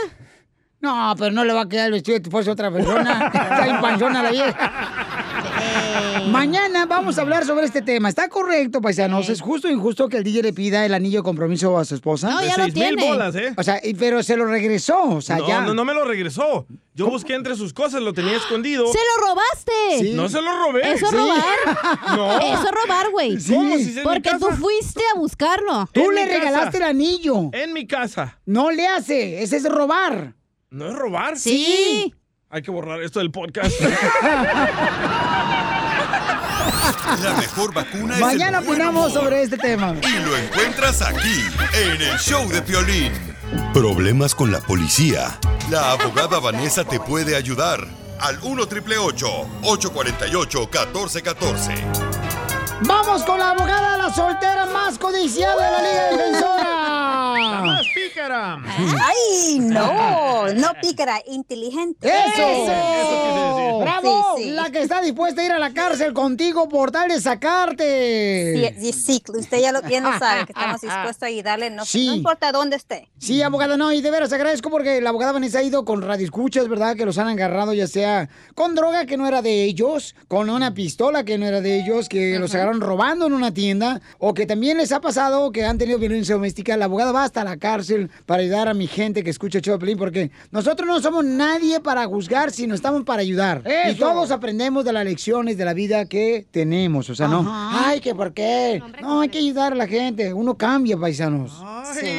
No, pero no le va a quedar el vestido de tu esposa a otra persona. Está bien panzona la vieja. Mañana vamos a hablar sobre este tema. ¿Está correcto, paisanos? ¿Es justo o injusto que el DJ le pida el anillo de compromiso a su esposa?
No, De ya lo 6,000 tiene. bolas, ¿eh?
O sea, y- pero se lo regresó. O sea,
no,
ya.
no, no me lo regresó. Yo busqué entre sus cosas, lo tenía escondido.
¡Se lo robaste!
Sí. No se lo robé.
Eso es
Sí.
robar.
No.
Eso es robar, güey.
Sí. ¿Cómo? Si es en mi
Porque tú
casa.
fuiste a buscarlo.
Tú En le mi casa.
regalaste el anillo.
En mi casa.
No le hace. Ese es robar.
¿No es robar?
Sí.
Hay que borrar esto del podcast.
La mejor vacuna es el
Mañana
buen
opinamos
humor.
sobre este tema.
Y lo encuentras aquí, en el show de Piolín. Problemas con la policía. La abogada Vanessa te puede ayudar. Al 1 848 1414
Vamos con la abogada, la soltera más codiciada de la Liga
La
Defensora.
más
pícara.
Ay, no, no pícara, inteligente.
¡Eso! ¡Bravo!
Sí, sí.
La que está dispuesta a ir a la cárcel contigo por tal de sacarte.
Sí, sí, usted ya lo, bien lo sabe, que estamos dispuestos a ayudarle, no,
Sí.
no importa dónde esté.
Sí, abogada, no, y de veras agradezco porque la abogada Vanessa ha ido con radioescuchas, ¿verdad? Que los han agarrado ya sea con droga que no era de ellos, con una pistola que no era de ellos, que los agarraron robando en una tienda, o que también les ha pasado que han tenido violencia doméstica. La abogada va hasta la cárcel para ayudar a mi gente que escucha el show de Piolín, porque nosotros no somos nadie para juzgar, sino estamos para ayudar. Y
¡Eso!
todos aprendemos de las lecciones de la vida que tenemos, o sea, no,
Ajá.
ay, que por qué, no, hay que ayudar a la gente, uno cambia, paisanos.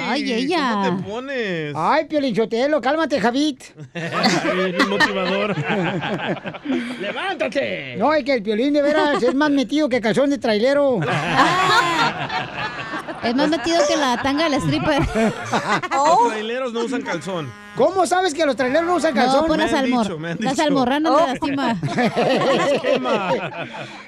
Ay, ella.
¿Cómo te pones?
Ay, Piolín Chotelo, cálmate, Javit.
Eres motivador. ¡Levántate!
No, es que el Piolín de veras es más metido que calzón de trailero.
Es más metido que la tanga del stripper.
Los traileros no usan calzón.
¿Cómo sabes que los traileros no usan
No,
calzón? Oh.
por las Me han almor- dicho, me han las dicho. almorranas
me
lastima.
Les quema.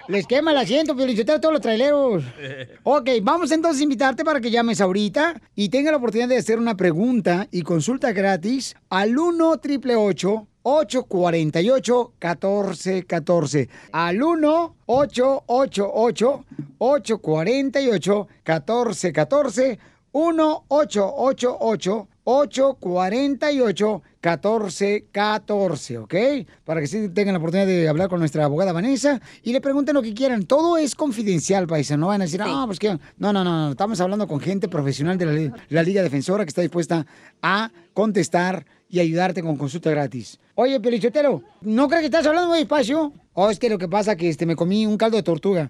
Les quema el asiento, felicitado a todos los traileros.
Eh.
Ok, vamos entonces a invitarte para que llames ahorita y tenga la oportunidad de hacer una pregunta y consulta gratis al 1 888 848 1414 al 1 888 848 1414 1 888 848 1414, ¿ok? Para que sí tengan la oportunidad de hablar con nuestra abogada Vanessa y le pregunten lo que quieran. Todo es confidencial, paisa. No van a decir, ah, pues que. No, no, no, no. Estamos hablando con gente profesional de la, li- la Liga Defensora que está dispuesta a contestar y ayudarte con consulta gratis. Oye, Pelichotero, ¿no crees que estás hablando muy despacio? O es que lo que pasa es que este, me comí un caldo de tortuga.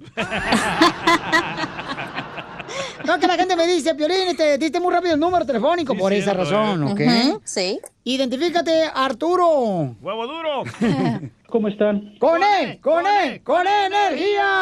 No, que la gente me dice, Piolín, te diste muy rápido el número telefónico por esa razón, ¿ok?
Ujú, sí.
Identifícate, Arturo.
¡Huevo duro!
¿Cómo están?
¡Con él! ¡Con él! ¡Con energía!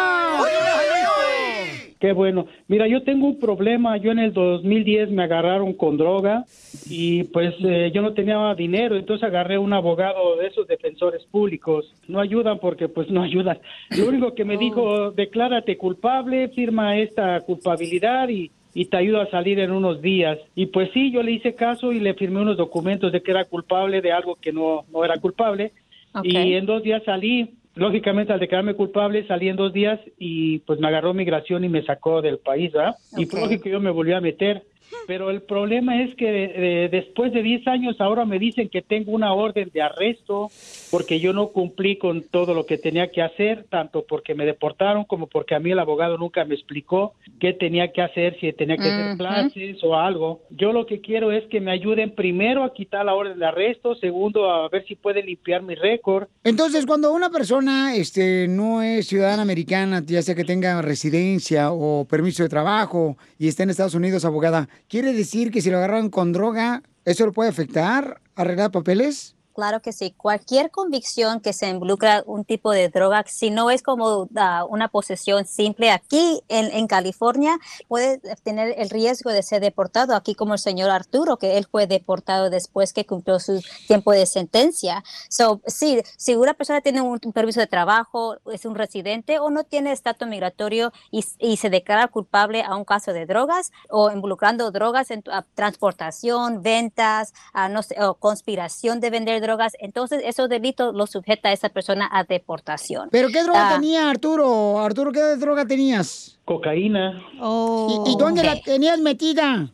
Qué bueno. Mira, yo tengo un problema. Yo en el 2010 me agarraron con droga y pues eh, yo no tenía dinero, entonces agarré un abogado de esos defensores públicos. No ayudan porque pues no ayudan. Lo único que me dijo, declárate culpable, firma esta culpabilidad y, y te ayudo a salir en unos días. Y pues sí, yo le hice caso y le firmé unos documentos de que era culpable de algo que no, no era culpable.
Ok.
Y en dos días salí. Lógicamente, al declararme culpable, salí en dos días y pues me agarró migración y me sacó del país, ¿verdad? Y
Ok.
pues, lógico, yo me volví a meter. Pero el problema es que eh, después de 10 años ahora me dicen que tengo una orden de arresto porque yo no cumplí con todo lo que tenía que hacer, tanto porque me deportaron como porque a mí el abogado nunca me explicó qué tenía que hacer, si tenía que hacer
Ujú.
clases o algo. Yo lo que quiero es que me ayuden primero a quitar la orden de arresto, segundo a ver si pueden limpiar mi récord
Entonces, cuando una persona este, no es ciudadana americana, ya sea que tenga residencia o permiso de trabajo y esté en Estados Unidos, abogada, ¿quiere decir que si lo agarran con droga, eso lo puede afectar? ¿Arreglar papeles?
Claro que sí. Cualquier convicción que se involucra un tipo de droga, si no es como ah, una posesión simple aquí en, en California, puede tener el riesgo de ser deportado. Aquí como el señor Arturo, que él fue deportado después que cumplió su tiempo de sentencia. So, sí, si una persona tiene un, un permiso de trabajo, es un residente o no tiene estatus migratorio y, y se declara culpable a un caso de drogas o involucrando drogas en ah, transportación, ventas, ah, no sé, o conspiración de vender drogas, entonces esos delitos los sujeta a esa persona a deportación.
¿Pero qué droga
Ah,
tenía Arturo? Arturo, ¿qué droga tenías?
cocaína.
¿Y, y dónde la
Ok. Mm.
tenías metida?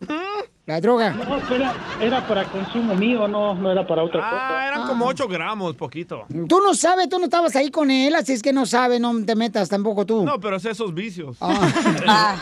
La droga.
No, pues, era, era para consumo mío, no, no era para otra cosa.
Ah, eran como 8 gramos, poquito.
Tú no sabes, tú no estabas ahí con él, así es que no sabes, no te metas tampoco tú.
No, pero es esos vicios.
Ah.
Ah.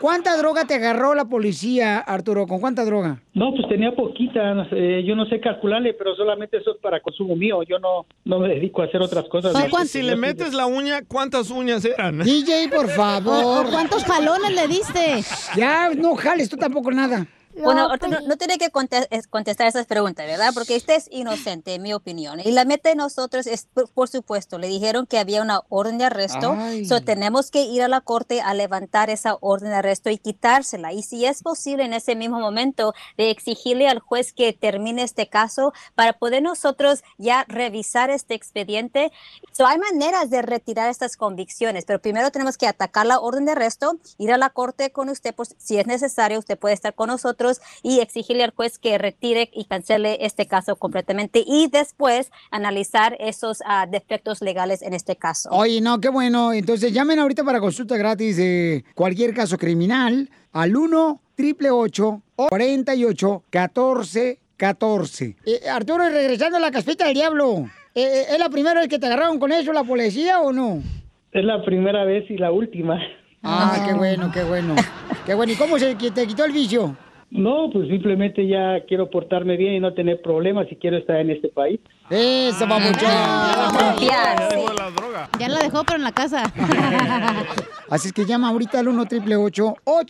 ¿Cuánta droga te agarró la policía, Arturo? ¿Con cuánta droga?
No, pues tenía poquita, no sé, yo no sé calcularle, pero solamente eso es para consumo mío, yo no, no me dedico a hacer otras cosas. pues,
Si- Si le metes la uña, ¿cuántas uñas eran?
DJ, por favor.
Oh,
¿Cuántos jalones le diste? Ya, no jales tú tampoco nada.
Bueno, ahorita no, no tiene que conte- es- contestar esas preguntas, ¿verdad? Porque usted es inocente, en mi opinión. Y la meta de nosotros es, por, por supuesto, le dijeron que había una orden de arresto,
Ay.
so tenemos que ir a la corte a levantar esa orden de arresto y quitársela. Y si es posible en ese mismo momento de exigirle al juez que termine este caso para poder nosotros ya revisar este expediente. So, hay maneras de retirar estas convicciones, pero primero tenemos que atacar la orden de arresto, ir a la corte con usted, pues si es necesario, usted puede estar con nosotros y exigirle al juez que retire y cancele este caso completamente y después analizar esos ah, defectos legales en este caso.
Oye, no, qué bueno. Entonces llamen ahorita para consulta gratis de cualquier caso criminal al 1 888 48 14 14. Eh, Arturo, y regresando a la caspita del diablo, eh, eh, ¿es la primera vez que te agarraron con eso la policía o no?
Es la primera vez y la última.
Ah, qué bueno, qué bueno. Qué bueno. ¿Y cómo se qui- te quitó el vicio?
No, pues simplemente ya quiero portarme bien y no tener problemas si quiero estar en este país.
Eso, papuchón.
Ya la dejó, pero en la casa.
Así es que llama ahorita al 1 triple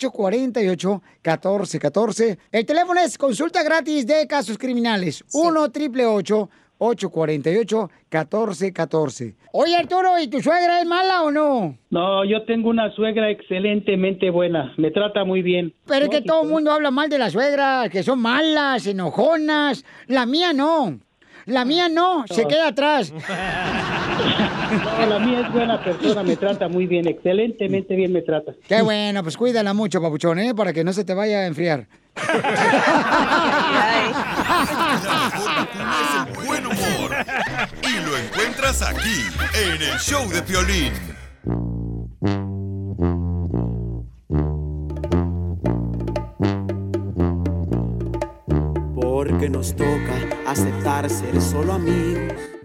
848 1414 El teléfono es consulta gratis de casos criminales. 1 triple 848 1414 Oye, Arturo, ¿y tu suegra es mala o no?
No, yo tengo una suegra excelentemente buena, me trata muy bien.
Pero es que todo el mundo habla mal de las suegras, que son malas, enojonas. La mía no. La mía no, se
No.
queda atrás.
No, la mía es buena persona, me trata muy bien, excelentemente bien me trata.
Qué bueno, pues cuídala mucho, papuchón, ¿eh? Para que no se te vaya a enfriar.
Buen humor. Y lo encuentras aquí, en el show de Piolín.
Porque nos toca aceptar ser solo amigos.